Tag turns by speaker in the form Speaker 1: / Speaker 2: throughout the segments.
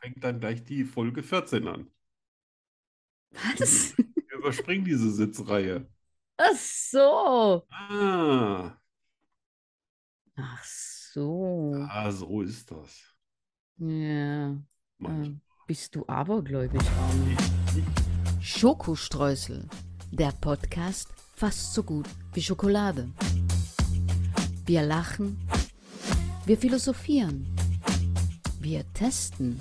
Speaker 1: fängt dann gleich die Folge 14 an.
Speaker 2: Was?
Speaker 1: Wir überspringen diese Sitzreihe.
Speaker 2: Ach so.
Speaker 1: Ah,
Speaker 2: Ach so.
Speaker 1: ah so ist das.
Speaker 2: Ja.
Speaker 1: Manch.
Speaker 2: Ähm, Bist du abergläubig, Armin? Schokostreusel, der Podcast fast so gut wie Schokolade. Wir lachen, wir philosophieren, wir testen.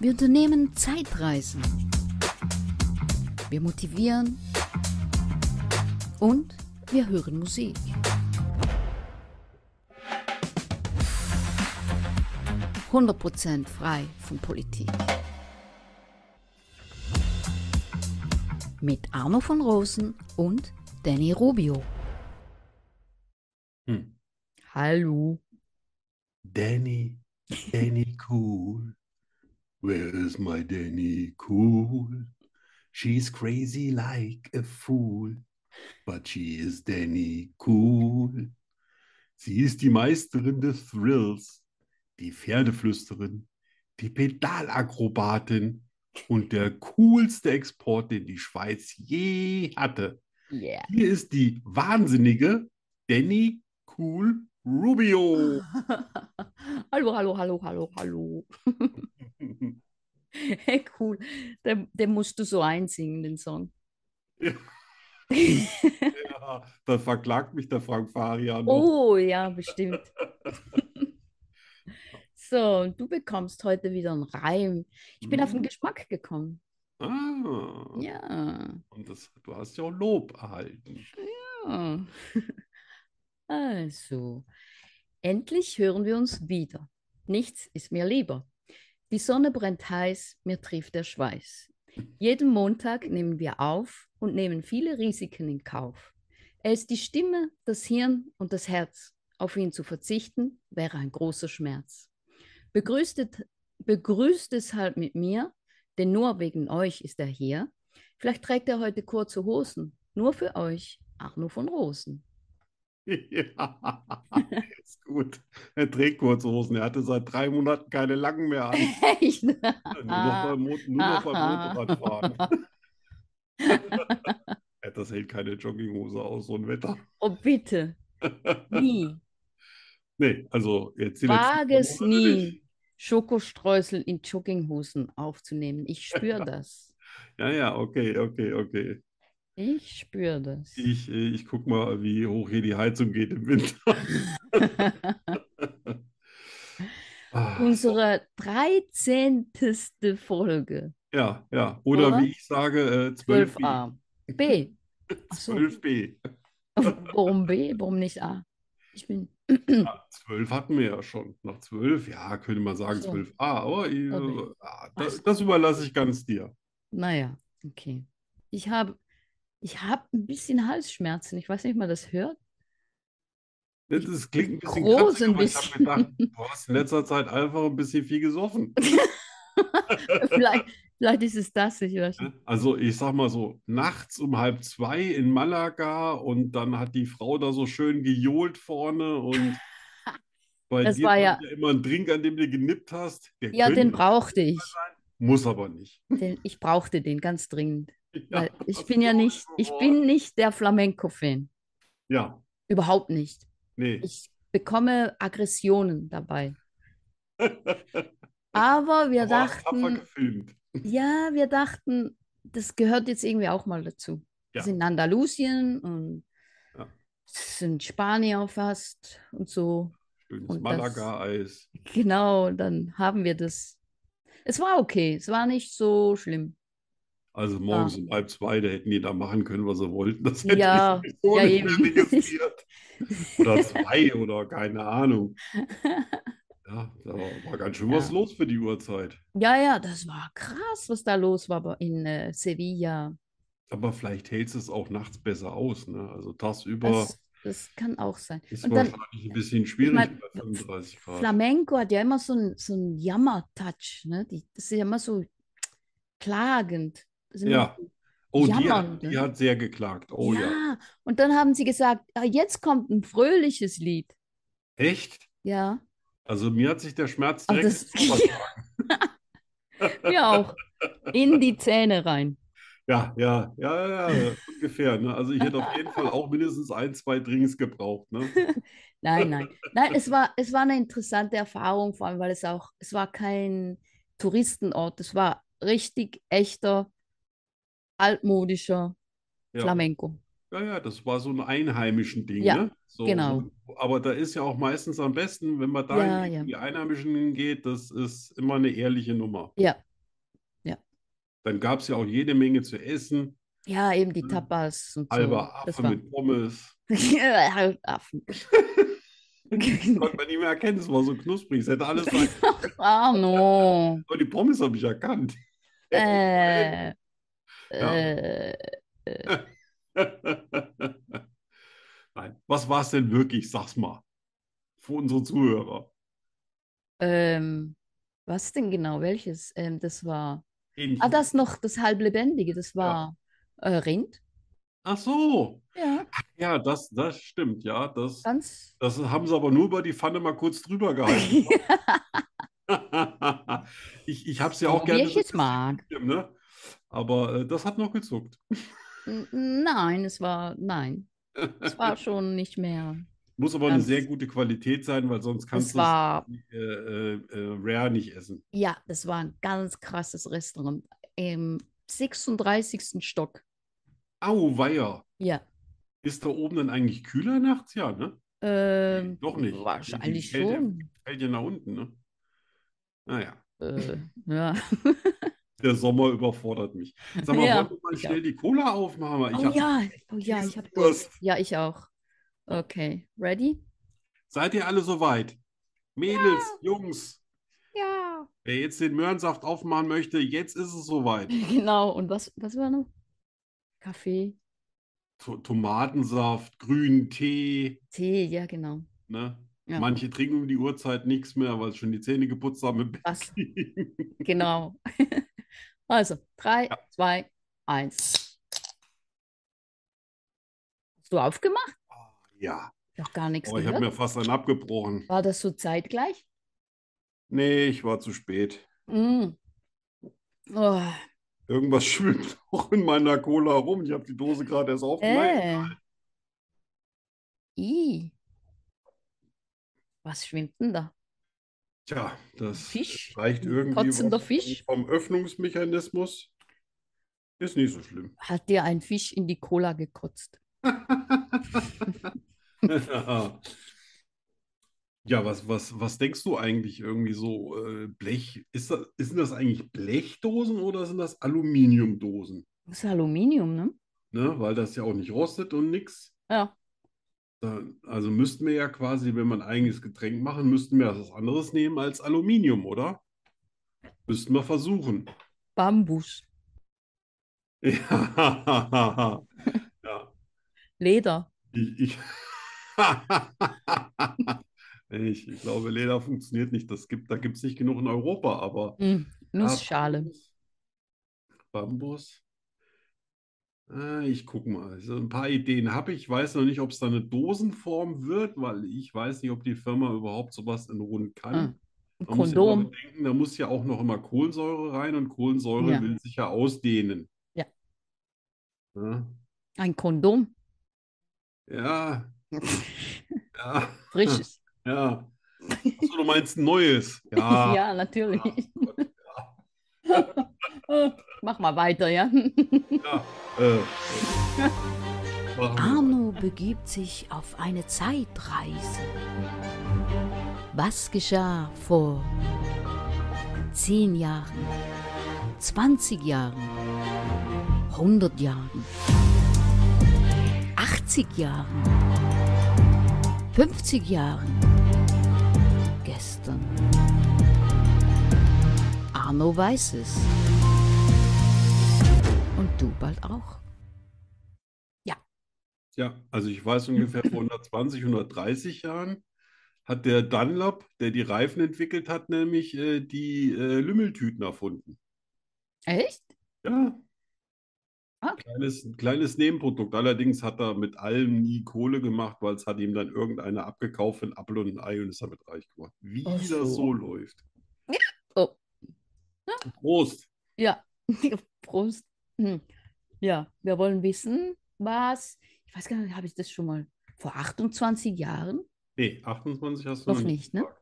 Speaker 2: Wir unternehmen Zeitreisen. Wir motivieren und wir hören Musik. Prozent frei von Politik. Mit Arno von Rosen und Danny Rubio.
Speaker 1: Hm.
Speaker 2: Hallo.
Speaker 1: Danny, Danny cool. Where is my Danny cool? She's crazy like a fool, but she is Danny cool. Sie ist die Meisterin des Thrills, die Pferdeflüsterin, die Pedalakrobatin und der coolste Export, den die Schweiz je hatte.
Speaker 2: Yeah.
Speaker 1: Hier ist die wahnsinnige Danny Cool Rubio.
Speaker 2: hallo, hallo, hallo, hallo, hallo. Hey, cool. Den, den musst du so einsingen, den Song.
Speaker 1: Ja. Ja, da verklagt mich der Frank Farian. noch.
Speaker 2: Oh ja, bestimmt. So, und du bekommst heute wieder einen Reim. Ich bin auf den
Speaker 1: Mm.
Speaker 2: Geschmack gekommen.
Speaker 1: Ah,
Speaker 2: Mhm. Ja.
Speaker 1: und das, du hast ja auch Lob erhalten.
Speaker 2: ja. Ah. Also, endlich hören wir uns wieder. Nichts ist mir lieber. Die Sonne brennt heiß, mir trifft der Schweiß. Jeden Montag nehmen wir auf und nehmen viele Risiken in Kauf. Er ist die Stimme, das Hirn und das Herz. Auf ihn zu verzichten wäre ein großer Schmerz. Begrüßt, et- begrüßt deshalb mit mir, denn nur wegen euch ist er hier. Vielleicht trägt er heute kurze Hosen, nur für euch, Arno von Rosen.
Speaker 1: Ja, ist gut. Er trägt kurze Hosen. Er hatte seit drei Monaten keine langen mehr an.
Speaker 2: Echt?
Speaker 1: Nur noch beim, Mo- nur noch beim Motorradfahren. Ja, Das hält keine Jogginghose aus, so ein Wetter.
Speaker 2: Oh, bitte. Nie.
Speaker 1: Nee, also jetzt die
Speaker 2: Wag
Speaker 1: letzten
Speaker 2: es
Speaker 1: zwei Monate
Speaker 2: nie.
Speaker 1: nicht.
Speaker 2: Schokostreusel in Jogginghosen aufzunehmen. Ich spüre das.
Speaker 1: Ja, ja, okay, okay, okay.
Speaker 2: Ich spüre das.
Speaker 1: Ich, äh, ich guck mal, wie hoch hier die Heizung geht im Winter. Ah,
Speaker 2: Unsere 13. Folge.
Speaker 1: ja, ja. Oder
Speaker 2: Oder?
Speaker 1: wie ich sage, äh, 12b.
Speaker 2: 12a. B. Achso,
Speaker 1: 12b.
Speaker 2: warum B? Warum nicht A? Ich bin.
Speaker 1: Ja, 12 hatten wir ja schon. Nach 12, ja, könnte man sagen
Speaker 2: So.
Speaker 1: 12a, aber äh,
Speaker 2: Okay.
Speaker 1: ah,
Speaker 2: Ach
Speaker 1: das,
Speaker 2: so.
Speaker 1: das überlasse ich ganz dir.
Speaker 2: Naja, okay. Ich habe ich hab ein bisschen Halsschmerzen. Ich weiß nicht, ob man das hört.
Speaker 1: Das, das klingt ein bisschen
Speaker 2: Groß
Speaker 1: kratzig,
Speaker 2: ein
Speaker 1: aber ich habe gedacht, du hast in letzter Zeit einfach ein bisschen viel gesoffen.
Speaker 2: Vielleicht, vielleicht ist es das, ich weiß nicht.
Speaker 1: Also ich sag mal so, nachts um halb zwei in Malaga und dann hat die Frau da so schön gejohlt vorne und bei
Speaker 2: Das
Speaker 1: dir
Speaker 2: war
Speaker 1: stand
Speaker 2: ja-
Speaker 1: immer ein Drink, an dem du genippt hast. Der
Speaker 2: Ja, den
Speaker 1: könnte,
Speaker 2: brauchte ich.
Speaker 1: muss aber nicht.
Speaker 2: Den, ich brauchte den ganz dringend.
Speaker 1: Ja,
Speaker 2: Weil ich
Speaker 1: das
Speaker 2: bin ja
Speaker 1: ist
Speaker 2: nicht, ich bin nicht der Flamenco-Fan.
Speaker 1: Ja,
Speaker 2: Überhaupt nicht.
Speaker 1: nee.
Speaker 2: Ich bekomme Aggressionen dabei. Aber wir
Speaker 1: Aber hast tapfer
Speaker 2: dachten,
Speaker 1: gefilmt.
Speaker 2: ja, wir dachten, das gehört jetzt irgendwie auch mal dazu.
Speaker 1: Ja.
Speaker 2: Das ist in Andalusien und
Speaker 1: Ja.
Speaker 2: das ist in Spanien fast und so.
Speaker 1: Schönes
Speaker 2: Und das-
Speaker 1: Malaga-Eis.
Speaker 2: Genau, dann haben wir das. Es war okay, es war nicht so schlimm. Ah.
Speaker 1: Also morgens um halb zwei, da hätten die da machen können, was sie wollten. Das hätte
Speaker 2: Ja,
Speaker 1: ich sowieso
Speaker 2: ja,
Speaker 1: nicht
Speaker 2: eben.
Speaker 1: mehr registriert. Oder zwei oder keine Ahnung. Ja, da war ganz schön was
Speaker 2: Ja.
Speaker 1: los für die Uhrzeit.
Speaker 2: Ja, ja, das war krass, was da los war bei- in äh, Sevilla.
Speaker 1: Aber vielleicht hältst du es auch nachts besser aus, ne? Also tagsüber
Speaker 2: Das, das kann auch sein.
Speaker 1: ist
Speaker 2: Und dann
Speaker 1: wahrscheinlich ein bisschen schwierig
Speaker 2: mein, äh,
Speaker 1: bei 35 Grad.
Speaker 2: Flamenco hat ja immer so einen so einen Jammer-Touch, ne? Die, das ist ja immer so klagend. Das ist immer
Speaker 1: Ja.
Speaker 2: so-
Speaker 1: Oh, die
Speaker 2: jammern,
Speaker 1: hat, die
Speaker 2: ne?
Speaker 1: hat sehr geklagt. Oh ja.
Speaker 2: ja, und dann haben sie gesagt, ah, jetzt kommt ein fröhliches Lied.
Speaker 1: Echt?
Speaker 2: Ja,
Speaker 1: Also mir hat sich der Schmerz
Speaker 2: Aber
Speaker 1: direkt
Speaker 2: Oh, das, mir auch. In die Zähne rein.
Speaker 1: Ja, ja, ja, ja, ja, ungefähr. Ne? Also ich hätte auf jeden Fall auch mindestens ein, zwei Drinks gebraucht. Ne?
Speaker 2: Nein, nein. Nein, es war, es war eine interessante Erfahrung, vor allem, weil es auch, es war kein Touristenort, es war richtig echter, altmodischer
Speaker 1: Ja.
Speaker 2: Flamenco.
Speaker 1: ja, ja, das war so ein einheimischen Ding.
Speaker 2: Ja,
Speaker 1: ne? So,
Speaker 2: genau.
Speaker 1: wo- aber da ist ja auch meistens am besten, wenn man da
Speaker 2: Ja,
Speaker 1: in
Speaker 2: ja.
Speaker 1: die Einheimischen hingeht, das ist immer eine ehrliche Nummer.
Speaker 2: Ja, ja.
Speaker 1: Dann gab es ja auch jede Menge zu essen.
Speaker 2: Ja, eben die
Speaker 1: Mhm.
Speaker 2: Tapas und so.
Speaker 1: Halber
Speaker 2: Das
Speaker 1: Affe mit Pommes.
Speaker 2: war halb Affen.
Speaker 1: Konnte man nicht mehr erkennen, es war so knusprig. Es hätte alles sein.
Speaker 2: Ah, no.
Speaker 1: Aber die Pommes habe ich erkannt.
Speaker 2: Äh,
Speaker 1: Ja.
Speaker 2: äh,
Speaker 1: Nein, was war es denn wirklich? Sag's mal. Für unsere Zuhörer.
Speaker 2: ähm, was denn genau? Welches? Ähm, das war. Ah,
Speaker 1: Hähnchen.
Speaker 2: das noch, das halblebendige, das war äh, Rind.
Speaker 1: Ach so.
Speaker 2: Ja,
Speaker 1: Ja, das, das stimmt, ja. Das,
Speaker 2: ganz.
Speaker 1: das haben sie aber nur über die Pfanne mal kurz drüber gehalten. ne? ich ich habe es ja auch
Speaker 2: So,
Speaker 1: gerne
Speaker 2: Wie ich es mag.
Speaker 1: gesehen, ne? Aber äh, das hat noch gezuckt.
Speaker 2: N- Nein, es war, nein, es war schon nicht mehr.
Speaker 1: Muss aber eine
Speaker 2: Ganz-
Speaker 1: sehr gute Qualität sein, weil sonst
Speaker 2: Es
Speaker 1: kannst du es
Speaker 2: war,
Speaker 1: äh, äh, äh, rare nicht essen.
Speaker 2: ja, es war ein ganz krasses Restaurant im 36. Stock.
Speaker 1: Au, weia.
Speaker 2: Ja,
Speaker 1: Ist da oben dann eigentlich kühler nachts? Ja, ne?
Speaker 2: ähm,
Speaker 1: Doch nicht.
Speaker 2: wahrscheinlich
Speaker 1: Die Kälte-
Speaker 2: schon.
Speaker 1: Fällt ja nach unten, ne? Naja,
Speaker 2: Äh, ja.
Speaker 1: der Sommer überfordert mich. Sag mal,
Speaker 2: Ja,
Speaker 1: wollen wir mal
Speaker 2: ich
Speaker 1: schnell die Cola aufmachen? Ich
Speaker 2: Oh
Speaker 1: hab-
Speaker 2: ja, oh ja, ich habe
Speaker 1: Durst.
Speaker 2: Ja, ich auch. Okay, ready?
Speaker 1: Seid ihr alle soweit? Mädels, Jungs,
Speaker 2: Ja.
Speaker 1: wer jetzt den Möhrensaft aufmachen möchte, jetzt ist es soweit.
Speaker 2: Genau, und was, was war noch? Kaffee,
Speaker 1: To- Tomatensaft, grünen Tee,
Speaker 2: Tee, ja, genau.
Speaker 1: ne?
Speaker 2: Ja.
Speaker 1: Manche trinken um die Uhrzeit nichts mehr, weil sie schon die Zähne geputzt haben im Bett
Speaker 2: Was?
Speaker 1: liegen.
Speaker 2: Genau. Also, drei,
Speaker 1: Ja.
Speaker 2: zwei, eins. Hast du aufgemacht?
Speaker 1: Ja,
Speaker 2: Noch gar nichts
Speaker 1: oh, ich habe
Speaker 2: gehört.
Speaker 1: mir fast einen abgebrochen.
Speaker 2: War das so zeitgleich?
Speaker 1: Nee, ich war zu spät.
Speaker 2: Mm. Oh,
Speaker 1: Irgendwas schwimmt auch in meiner Cola rum. Ich habe die Dose gerade erst aufgemacht.
Speaker 2: äh. Ih. Was schwimmt denn da?
Speaker 1: Tja, das
Speaker 2: Fisch?
Speaker 1: reicht
Speaker 2: Ein
Speaker 1: irgendwie
Speaker 2: kotzender
Speaker 1: vom,
Speaker 2: Fisch?
Speaker 1: vom Öffnungsmechanismus. Ist nicht so schlimm.
Speaker 2: Hat dir ein Fisch in die Cola gekotzt?
Speaker 1: Ja, was, was, was denkst du eigentlich irgendwie so? Äh, Blech, ist das, sind das eigentlich Blechdosen oder sind das Aluminiumdosen?
Speaker 2: Das ist Aluminium, ne?
Speaker 1: Ne? Weil das ja auch nicht rostet und nix.
Speaker 2: Ja.
Speaker 1: Da- Also müssten wir ja quasi, wenn wir ein eigenes Getränk machen, müssten wir was anderes nehmen als Aluminium, oder? Müssten wir versuchen.
Speaker 2: Bambus,
Speaker 1: Ja. Ja.
Speaker 2: Leder.
Speaker 1: Ich, ich, ich, ich glaube, Leder funktioniert nicht. Das gibt, da gibt es nicht genug in Europa, aber
Speaker 2: Mm, Nussschale.
Speaker 1: Bambus. Ah, ich gucke mal. So ein paar Ideen habe ich. Ich weiß noch nicht, ob es da eine Dosenform wird, weil ich weiß nicht, ob die Firma überhaupt sowas in Rund kann.
Speaker 2: Mm. Ein
Speaker 1: Man muss ja immer
Speaker 2: Ah, Kondom.
Speaker 1: bedenken, da muss ja auch noch immer Kohlensäure rein und Kohlensäure
Speaker 2: Ja.
Speaker 1: will sich ja ausdehnen.
Speaker 2: Ja.
Speaker 1: Ja,
Speaker 2: Ein Kondom.
Speaker 1: ja. ja.
Speaker 2: Frisches.
Speaker 1: Ja. Achso, du meinst ein neues. Ja.
Speaker 2: Ja, natürlich.
Speaker 1: Gott,
Speaker 2: Mach mal weiter, ja?
Speaker 1: ja. Äh, machen wir
Speaker 3: Arno begibt sich auf eine Zeitreise. Was geschah vor 10 Jahren, 20 Jahren, 100 Jahren, 80 Jahren, 50 Jahren, gestern? Arno weiß es. Und du bald auch.
Speaker 1: Ja, also ich weiß ungefähr vor 120, 130 Jahren hat der Dunlop, der die Reifen entwickelt hat, nämlich äh, die äh, Lümmeltüten erfunden.
Speaker 2: Echt?
Speaker 1: Ja,
Speaker 2: Ah.
Speaker 1: Kleines, kleines Nebenprodukt. Allerdings hat er mit allem nie Kohle gemacht, weil es hat ihm dann irgendeiner abgekauft für einen Apfel und ein Ei und ist damit reich geworden. Wie
Speaker 2: Ach
Speaker 1: das
Speaker 2: so.
Speaker 1: so läuft.
Speaker 2: Oh.
Speaker 1: Prost.
Speaker 2: Ja, Prost. Hm. Ja, wir wollen wissen, was, ich weiß gar nicht, habe ich das schon mal vor 28 Jahren?
Speaker 1: Nee, 28 hast du
Speaker 2: Doch
Speaker 1: noch
Speaker 2: nicht, ne?
Speaker 1: gesagt.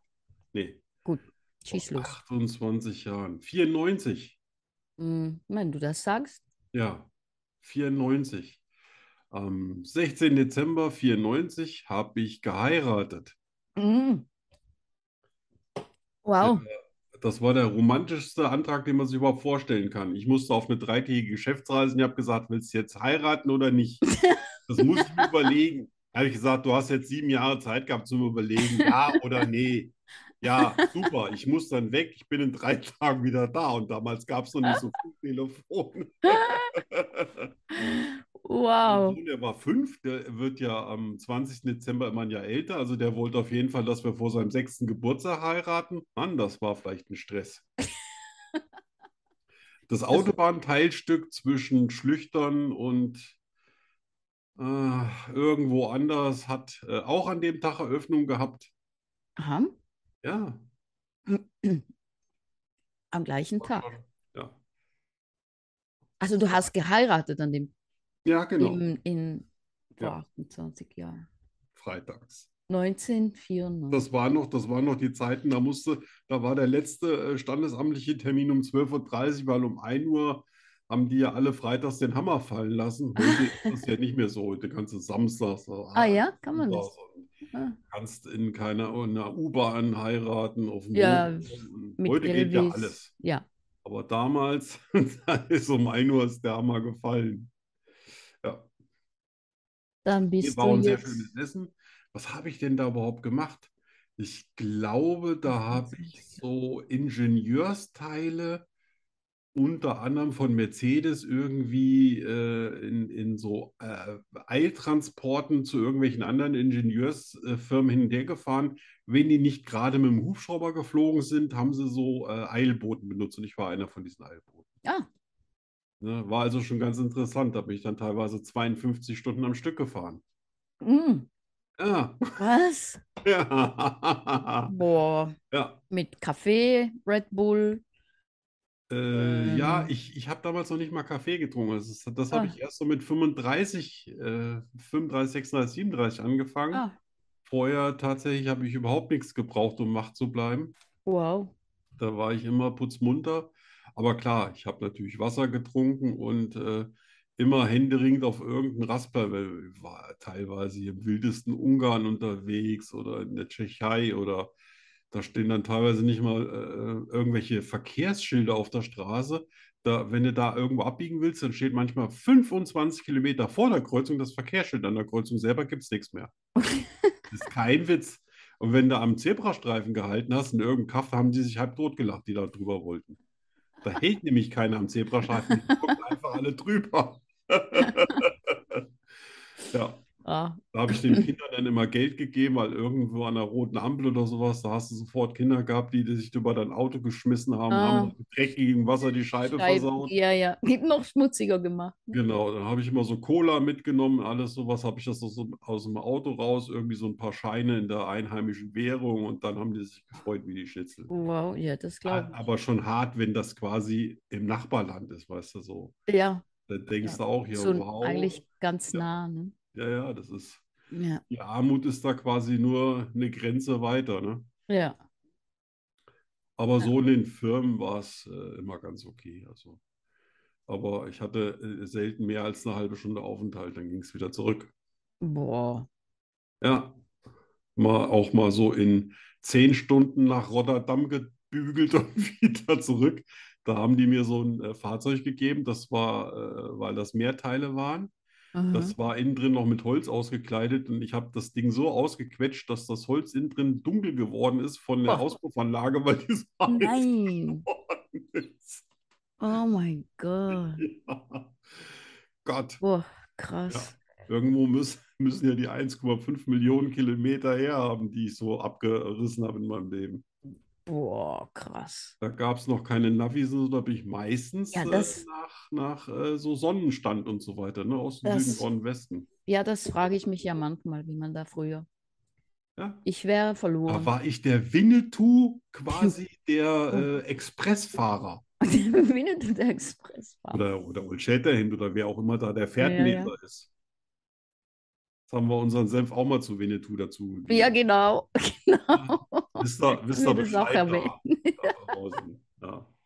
Speaker 1: Nee,
Speaker 2: Schieß
Speaker 1: vor
Speaker 2: los.
Speaker 1: 28 Jahren. 94.
Speaker 2: Hm, wenn du das sagst.
Speaker 1: Ja, 94. Am 16. Dezember 94 habe ich geheiratet.
Speaker 2: Hm. Wow.
Speaker 1: Das war der romantischste Antrag, den man sich überhaupt vorstellen kann. Ich musste auf eine dreitägige Geschäftsreise und ich habe gesagt, willst du jetzt heiraten oder nicht? Das muss ich mir überlegen. Da habe ich gesagt, du hast jetzt sieben Jahre Zeit gehabt zum Überlegen, ja oder nee. Ja, super, ich muss dann weg. Ich bin in drei Tagen wieder da. Und damals gab es noch nicht so viel Telefon. Mein
Speaker 2: Wow.
Speaker 1: Sohn, der war fünf, der wird ja am 20. Dezember immer ein Jahr älter. Also der wollte auf jeden Fall, dass wir vor seinem sechsten Geburtstag heiraten. Mann, das war vielleicht ein Stress. Das Autobahnteilstück zwischen Schlüchtern und äh, irgendwo anders hat äh, auch an dem Tag Eröffnung gehabt.
Speaker 2: Aha,
Speaker 1: Ja,
Speaker 2: am gleichen Tag.
Speaker 1: ja.
Speaker 2: Also du hast geheiratet an dem
Speaker 1: Ja, genau.
Speaker 2: im, in vor
Speaker 1: Ja.
Speaker 2: 28 Jahren.
Speaker 1: Freitags.
Speaker 2: 1994.
Speaker 1: Das waren noch, das waren noch die Zeiten, da musste, da war der letzte äh, standesamtliche Termin um 12.30 Uhr, weil um 1 Uhr haben die ja alle freitags den Hammer fallen lassen. Heute ist das ja nicht mehr so. Heute kannst du samstags. äh,
Speaker 2: Ah ja, kann man das?
Speaker 1: samstags und
Speaker 2: Ah.
Speaker 1: Kannst in keiner oh, in einer U-Bahn heiraten, auf dem
Speaker 2: Ja,
Speaker 1: Hof. Und
Speaker 2: Mit
Speaker 1: Heute geht ja
Speaker 2: Elvis.
Speaker 1: alles.
Speaker 2: Ja.
Speaker 1: Aber damals, da ist um 1 Uhr ist der Hammer gefallen. Ja.
Speaker 2: Dann
Speaker 1: Hier
Speaker 2: bist
Speaker 1: war
Speaker 2: du
Speaker 1: ein sehr
Speaker 2: jetzt.
Speaker 1: schönes Essen. Was habe ich denn da überhaupt gemacht? Ich glaube, da habe ich so Ingenieursteile unter anderem von Mercedes irgendwie äh, in, in so äh, Eiltransporten zu irgendwelchen anderen Ingenieursfirmen hin und her gefahren. Wenn die nicht gerade mit dem Hubschrauber geflogen sind, haben sie so äh, Eilbooten benutzt und ich war einer von diesen Eilbooten.
Speaker 2: Ah.
Speaker 1: Ne, war also schon ganz interessant. Da bin ich dann teilweise 52 Stunden am Stück gefahren. Ah.
Speaker 2: Hm.
Speaker 1: Ja.
Speaker 2: Was?
Speaker 1: Ja,
Speaker 2: Boah.
Speaker 1: ja,
Speaker 2: Mit Kaffee, Red Bull.
Speaker 1: äh,
Speaker 2: Ähm.
Speaker 1: ja ich, ich habe damals noch nicht mal Kaffee getrunken. Das, ist- das habe
Speaker 2: Ah.
Speaker 1: ich erst so mit 35, äh, 35, 36, 37 angefangen.
Speaker 2: Ah,
Speaker 1: Vorher tatsächlich habe ich überhaupt nichts gebraucht, um wach zu bleiben.
Speaker 2: wow.
Speaker 1: Da war ich immer putzmunter. Aber klar, ich habe natürlich Wasser getrunken und äh, immer händeringend auf irgendeinen Rasper, weil ich war teilweise hier im wildesten Ungarn unterwegs oder in der Tschechei oder da stehen dann teilweise nicht mal äh, irgendwelche Verkehrsschilder auf der Straße. Da, wenn du da irgendwo abbiegen willst, dann steht manchmal 25 Kilometer vor der Kreuzung das Verkehrsschild. An der Kreuzung selber gibt es nichts mehr. Das ist kein Witz. Und wenn du am Zebrastreifen gehalten hast, in irgendeinem Kaff, haben die sich halb tot gelacht, die da drüber wollten. Da hält nämlich keiner am Zebrastreifen, die gucken einfach alle drüber. ja,
Speaker 2: Ah,
Speaker 1: da habe ich den Kindern dann immer Geld gegeben, weil irgendwo an der roten Ampel oder sowas, da hast du sofort Kinder gehabt, die sich über dein Auto geschmissen haben,
Speaker 2: Ah.
Speaker 1: haben mit dreckigem Wasser die Scheibe
Speaker 2: Scheiben.
Speaker 1: versaut.
Speaker 2: Ja, ja. Noch schmutziger gemacht.
Speaker 1: Genau, dann habe ich immer so Cola mitgenommen, alles sowas, habe ich das aus, dem- aus dem Auto raus, irgendwie so ein paar Scheine in der einheimischen Währung und dann haben die sich gefreut wie die Schnitzel.
Speaker 2: Wow, ja, das
Speaker 1: A-
Speaker 2: glaube
Speaker 1: Aber schon hart, wenn das quasi im Nachbarland ist, weißt du so.
Speaker 2: ich. Ja,
Speaker 1: Da denkst
Speaker 2: Ja,
Speaker 1: du auch hier,
Speaker 2: so
Speaker 1: wow,
Speaker 2: eigentlich ganz
Speaker 1: Ja.
Speaker 2: nah. Ne?
Speaker 1: ja, ja, das ist,
Speaker 2: Ja,
Speaker 1: die Armut ist da quasi nur eine Grenze weiter, ne?
Speaker 2: ja.
Speaker 1: Aber so in den Firmen war es äh, immer ganz okay, also. Aber ich hatte äh, selten mehr als eine halbe Stunde Aufenthalt, dann ging es wieder zurück.
Speaker 2: Boah.
Speaker 1: Ja, mal auch mal so in zehn Stunden nach Rotterdam gebügelt und wieder zurück. Da haben die mir so ein äh, Fahrzeug gegeben, das war, äh, weil das Mehrteile waren.
Speaker 2: Mhm.
Speaker 1: Das war innen drin noch mit Holz ausgekleidet und ich habe das Ding so ausgequetscht, dass das Holz innen drin dunkel geworden ist von der
Speaker 2: Boah.
Speaker 1: Auspuffanlage, weil die so
Speaker 2: Aha.
Speaker 1: heiß
Speaker 2: Nein.
Speaker 1: geworden ist.
Speaker 2: Oh mein Gott.
Speaker 1: Ja. Gott.
Speaker 2: Boah, krass.
Speaker 1: Irgendwo müssen, müssen ja die 1,5 Millionen Kilometer her haben, die ich so abgerissen habe in meinem Leben.
Speaker 2: Boah, krass.
Speaker 1: Da gab es noch keine Navis, und so, da bin ich meistens
Speaker 2: Ja,
Speaker 1: äh,
Speaker 2: das-
Speaker 1: nach, nach äh, so Sonnenstand und so weiter, ne? Osten,
Speaker 2: Das-
Speaker 1: Süden, Norden, Westen.
Speaker 2: Ja, das frage ich mich ja manchmal, wie man da früher.
Speaker 1: Ja?
Speaker 2: Ich wäre
Speaker 1: Da
Speaker 2: verloren.
Speaker 1: war ich der Winnetou, quasi der äh, Expressfahrer
Speaker 2: Winnetou der Express war.
Speaker 1: oder, oder Old Shatterhand oder wer auch immer da der
Speaker 2: Ja,
Speaker 1: Fährtenleser ist. Jetzt haben wir unseren Senf auch mal zu Winnetou dazu
Speaker 2: Ja,
Speaker 1: gegeben.
Speaker 2: genau. genau.
Speaker 1: Wisst ihr, wisst ihr
Speaker 2: Können wir das auch
Speaker 1: Bescheid da,
Speaker 2: erwähnen?
Speaker 1: da draußen. Ja.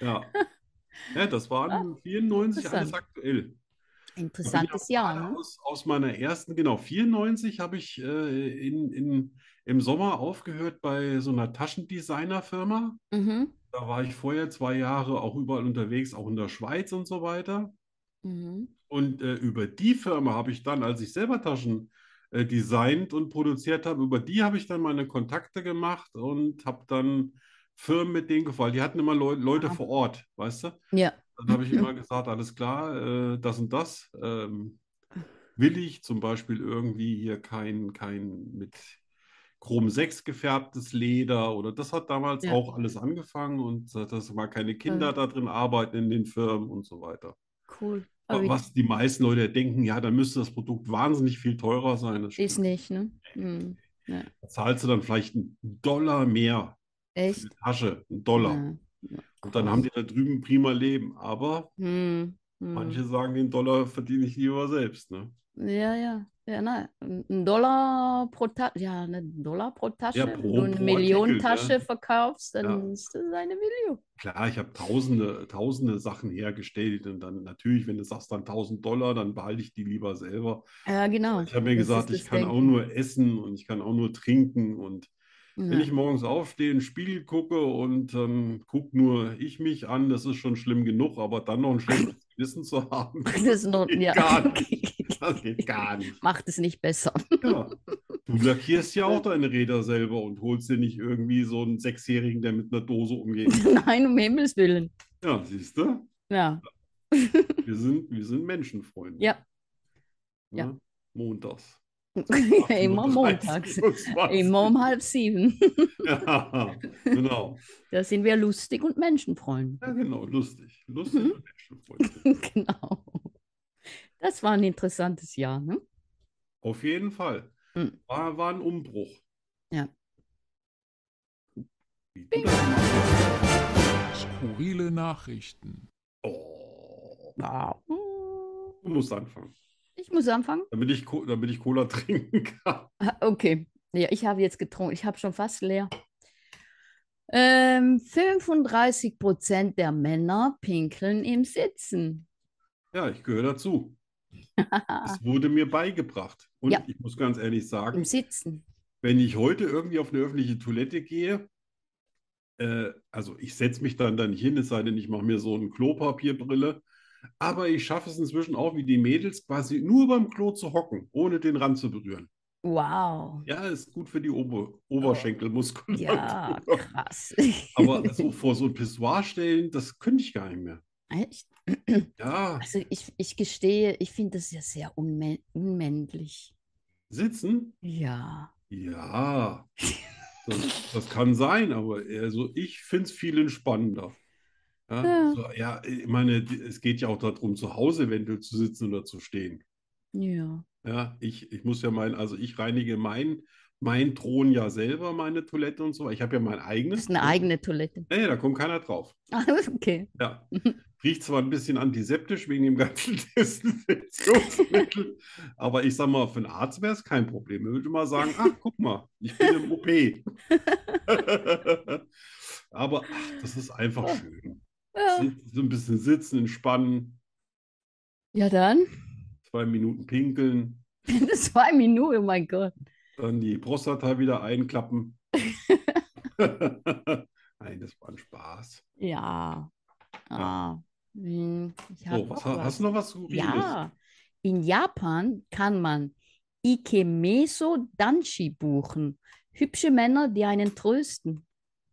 Speaker 1: Ja. ja, das waren 94, alles
Speaker 2: Ah. interessant.
Speaker 1: aktuell. Da bin ich
Speaker 2: Interessantes Jahr,
Speaker 1: gerade
Speaker 2: ne?
Speaker 1: Aus, aus meiner ersten, genau, 94 habe ich äh, in, in, im Sommer aufgehört bei so einer Taschendesignerfirma.
Speaker 2: Mhm.
Speaker 1: Da war ich vorher zwei Jahre auch überall unterwegs, auch in der Schweiz und so weiter.
Speaker 2: Mhm.
Speaker 1: Und äh, über die Firma habe ich dann, als ich selber Taschen äh, designt und produziert habe, über die habe ich dann meine Kontakte gemacht und habe dann Firmen mit denen gefallen. Die hatten immer Leu Leute
Speaker 2: Ah.
Speaker 1: vor Ort, weißt du?
Speaker 2: Ja.
Speaker 1: Dann habe ich immer gesagt, alles klar, äh, das und das. Ähm, will ich zum Beispiel irgendwie hier kein, kein mit Chrom 6 gefärbtes Leder oder das hat damals
Speaker 2: Ja.
Speaker 1: auch alles angefangen und äh, dass mal keine Kinder da drin arbeiten in den Firmen und so weiter.
Speaker 2: Cool. Aber
Speaker 1: Was die meisten Leute denken, ja, dann müsste das Produkt wahnsinnig viel teurer sein. Das
Speaker 2: ist
Speaker 1: stimmt.
Speaker 2: nicht, ne? Mhm.
Speaker 1: Da zahlst du dann vielleicht einen Dollar mehr für
Speaker 2: Echt?
Speaker 1: die Tasche, einen Dollar.
Speaker 2: Ja.
Speaker 1: Und dann haben die da drüben prima Leben. Aber
Speaker 2: Hm, hm.
Speaker 1: manche sagen, den Dollar verdiene ich lieber selbst. Ne?
Speaker 2: Mhm. Ja, ja. Ja, nein. Ein ein Dollar pro Tasche. Ja, ein Dollar pro Tasche.
Speaker 1: Ja,
Speaker 2: Wenn
Speaker 1: pro-
Speaker 2: du eine
Speaker 1: pro
Speaker 2: Millionentasche
Speaker 1: Artikel,
Speaker 2: verkaufst, dann
Speaker 1: Ja.
Speaker 2: ist das eine Million.
Speaker 1: Klar, ich habe tausende, tausende Sachen hergestellt und dann natürlich, wenn du sagst, dann 1000 Dollar, dann behalte ich die lieber selber.
Speaker 2: Ja, genau.
Speaker 1: Ich habe mir
Speaker 2: Das
Speaker 1: gesagt,
Speaker 2: ist
Speaker 1: ich
Speaker 2: das
Speaker 1: kann auch
Speaker 2: Denken.
Speaker 1: nur essen und ich kann auch nur trinken und wenn
Speaker 2: Ja.
Speaker 1: ich morgens aufstehe, in den Spiegel gucke und ähm, gucke nur ich mich an, das ist schon schlimm genug, aber dann noch ein schlechtes Gewissen zu haben,
Speaker 2: Das ist noch,
Speaker 1: geht
Speaker 2: ja.
Speaker 1: gar nicht. das geht gar nicht.
Speaker 2: Macht es nicht besser.
Speaker 1: Ja. Du lackierst ja auch deine Räder selber und holst dir nicht irgendwie so einen Sechsjährigen, der mit einer Dose umgeht.
Speaker 2: Nein, um Himmels Willen.
Speaker 1: Ja, siehst du?
Speaker 2: Ja.
Speaker 1: Wir sind, wir sind Menschenfreunde.
Speaker 2: Ja.
Speaker 1: Ne?
Speaker 2: Ja.
Speaker 1: Montags.
Speaker 2: Immer
Speaker 1: 18:30,
Speaker 2: montags.
Speaker 1: 24.
Speaker 2: Immer um halb sieben.
Speaker 1: Ja, genau.
Speaker 2: Da sind wir lustig und Menschenfreunde.
Speaker 1: Ja, genau. Lustig. Lustig
Speaker 2: Mhm.
Speaker 1: und Menschenfreunde.
Speaker 2: Genau. Das war ein interessantes Jahr, ne?
Speaker 1: Auf jeden Fall.
Speaker 2: Mhm.
Speaker 1: War, war ein Umbruch.
Speaker 2: Ja.
Speaker 1: Wie du das machst.
Speaker 4: Skurrile Nachrichten.
Speaker 1: Oh,
Speaker 2: Wow.
Speaker 1: du musst anfangen,
Speaker 2: Hm, Ich muss anfangen.
Speaker 1: damit ich, Co- damit ich Cola trinken kann.
Speaker 2: Ah, Okay. Ja, ich habe jetzt getrunken. Ich habe schon fast leer. Ähm, 35 Prozent der Männer pinkeln im Sitzen.
Speaker 1: Ja, ich gehöre dazu. Es wurde mir beigebracht. Und
Speaker 2: Ja.
Speaker 1: ich muss ganz ehrlich
Speaker 2: Im
Speaker 1: sagen,
Speaker 2: Sitzen.
Speaker 1: wenn ich heute irgendwie auf eine öffentliche Toilette gehe, äh, also ich setze mich dann da nicht hin, es sei denn, ich mache mir so eine Klopapierbrille. Aber ich schaffe es inzwischen auch, wie die Mädels, quasi nur beim Klo zu hocken, ohne den Rand zu berühren.
Speaker 2: Wow.
Speaker 1: Ja, ist gut für die Ober Oberschenkelmuskulatur.
Speaker 2: Ja, krass.
Speaker 1: Aber so vor so ein Pissoir stellen, das könnte ich gar nicht mehr.
Speaker 2: Echt?
Speaker 1: Ja,
Speaker 2: Also ich, ich gestehe, ich finde das ja sehr unmän unmännlich.
Speaker 1: sitzen,
Speaker 2: Ja.
Speaker 1: ja. Das, das kann sein, aber also ich finde es viel entspannender. Ja,
Speaker 2: Ja.
Speaker 1: So, ja, ich meine, die- es geht ja auch darum, zu Hause eventuell zu sitzen oder zu stehen.
Speaker 2: Ja.
Speaker 1: Ja, ich, ich muss ja meinen, also ich reinige mein, mein Thron ja selber, meine Toilette und so. Ich habe ja mein
Speaker 2: Das
Speaker 1: eigenes.
Speaker 2: ist eine eigene Toilette.
Speaker 1: Nee, da kommt keiner drauf.
Speaker 2: Ah, Okay.
Speaker 1: Ja. Riecht zwar ein bisschen antiseptisch wegen dem ganzen Desinfektionsmittel, aber ich sag mal, für einen Arzt wäre es kein Problem. Er würde mal sagen, ach, guck mal, ich bin im OP. aber ach, das ist einfach schön.
Speaker 2: Ja.
Speaker 1: Sit- So ein bisschen sitzen, entspannen,
Speaker 2: Ja, dann.
Speaker 1: zwei Minuten pinkeln,
Speaker 2: Zwei Minuten, oh mein Gott.
Speaker 1: dann die Prostata wieder einklappen. Nein, das war ein Spaß.
Speaker 2: Ja. Ah. Hm, Ich hab
Speaker 1: So, Oh, was,
Speaker 2: auch
Speaker 1: ha- hast du noch was Skurriles?
Speaker 2: Ja. In Japan kann man Ikemeso Danshi buchen. Hübsche Männer, die einen trösten.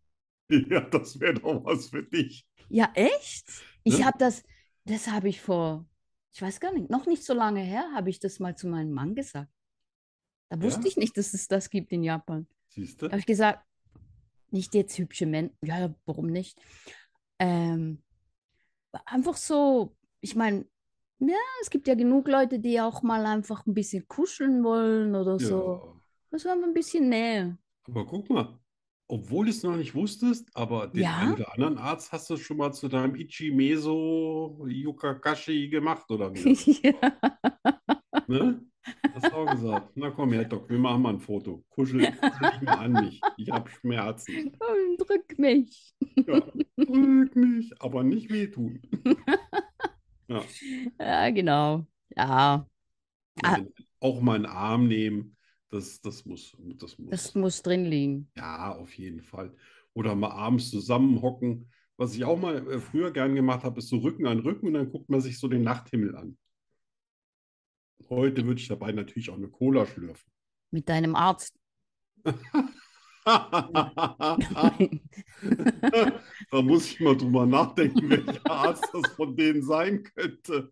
Speaker 1: Ja, das wäre doch was für dich.
Speaker 2: Ja, echt? Ich
Speaker 1: Ne?
Speaker 2: habe das, das habe ich vor, ich weiß gar nicht, noch nicht so lange her, habe ich das mal zu meinem Mann gesagt. Da wusste
Speaker 1: Ja?
Speaker 2: ich nicht, dass es das gibt in Japan.
Speaker 1: Siehst du?
Speaker 2: Da habe ich gesagt, nicht jetzt hübsche Männer, ja, warum nicht? Ähm, einfach so, ich meine, ja, es gibt ja genug Leute, die auch mal einfach ein bisschen kuscheln wollen oder so.
Speaker 1: Ja.
Speaker 2: Das war ein bisschen Nähe.
Speaker 1: Aber guck mal, obwohl du es noch nicht wusstest, aber den
Speaker 2: Ja.
Speaker 1: einen oder anderen Arzt hast du schon mal zu deinem Ichi Meso Yukakashi gemacht oder wie?
Speaker 2: ja.
Speaker 1: Ne? Hast du auch gesagt. Na komm, Herr Doc, wir machen mal ein Foto. Kuschel, kuschel dich mal an mich. Ich habe Schmerzen.
Speaker 2: Komm, drück mich.
Speaker 1: Ja, drück mich, aber nicht wehtun.
Speaker 2: Ja, genau. Ja, Ah.
Speaker 1: Auch mal einen Arm nehmen, das, das muss, das muss.
Speaker 2: das muss drin liegen.
Speaker 1: Ja, auf jeden Fall. Oder mal abends zusammenhocken. Was ich auch mal äh, früher gern gemacht habe, ist so Rücken an Rücken und dann guckt man sich so den Nachthimmel an. Heute würde ich dabei natürlich auch eine Cola schlürfen.
Speaker 2: Mit deinem Arzt.
Speaker 1: Da muss ich mal drüber nachdenken, welcher Arzt das von denen sein könnte.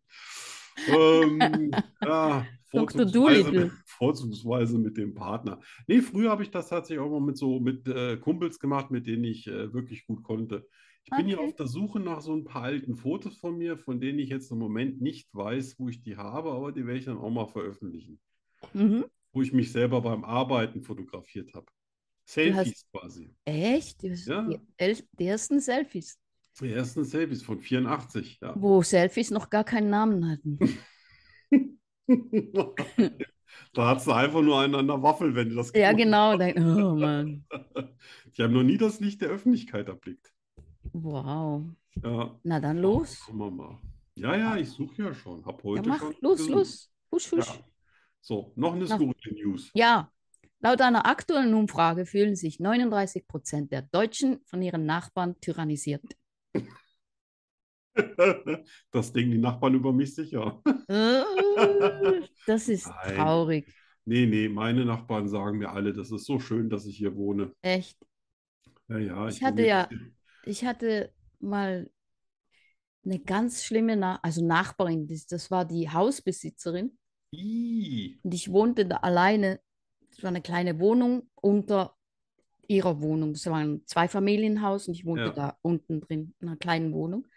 Speaker 1: Ähm, ja,
Speaker 2: Dr.
Speaker 1: vorzugsweise,
Speaker 2: Dolittle.
Speaker 1: mit, vorzugsweise mit dem Partner. Nee, früher habe ich das tatsächlich auch mal mit so mit äh, Kumpels gemacht, mit denen ich äh, wirklich gut konnte. Ich bin hier
Speaker 2: Okay.
Speaker 1: auf der Suche nach so ein paar alten Fotos von mir, von denen ich jetzt im Moment nicht weiß, wo ich die habe, aber die werde ich dann auch mal veröffentlichen,
Speaker 2: Mhm.
Speaker 1: wo ich mich selber beim Arbeiten fotografiert habe. Selfies quasi.
Speaker 2: Echt? Die,
Speaker 1: Ja.
Speaker 2: die, el- die ersten Selfies,
Speaker 1: Die ersten Selfies von 84, ja.
Speaker 2: wo Selfies noch gar keinen Namen hatten.
Speaker 1: Da hat du einfach nur einen an der Waffel, wenn du das
Speaker 2: Ja,
Speaker 1: gemacht
Speaker 2: genau. Dein, oh Mann.
Speaker 1: hast. Die haben noch nie das Licht der Öffentlichkeit erblickt.
Speaker 2: Wow.
Speaker 1: Ja,
Speaker 2: Na dann los.
Speaker 1: schauen wir mal. Ja, ja, ich suche ja schon. Hab
Speaker 2: Ja,
Speaker 1: heute
Speaker 2: mach.
Speaker 1: schon
Speaker 2: Los,
Speaker 1: gesucht.
Speaker 2: los. Husch, husch.
Speaker 1: Ja. So, noch eine
Speaker 2: Na.
Speaker 1: skurrile News.
Speaker 2: Ja, laut einer aktuellen Umfrage fühlen sich 39 Prozent der Deutschen von ihren Nachbarn tyrannisiert.
Speaker 1: Das denken die Nachbarn über mich sicher.
Speaker 2: Äh, Das ist
Speaker 1: Nein.
Speaker 2: traurig,
Speaker 1: Nee, nee, meine Nachbarn sagen mir alle, das ist so schön, dass ich hier wohne.
Speaker 2: echt.
Speaker 1: Ja, ja,
Speaker 2: Ich
Speaker 1: bin
Speaker 2: hatte
Speaker 1: jetzt-
Speaker 2: ja- Ich hatte mal eine ganz schlimme Na also Nachbarin, das, das war die Hausbesitzerin
Speaker 1: Ih,
Speaker 2: und ich wohnte da alleine. Es war eine kleine Wohnung unter ihrer Wohnung. Das war ein Zweifamilienhaus und ich wohnte
Speaker 1: Ja.
Speaker 2: da unten drin, in einer kleinen Wohnung.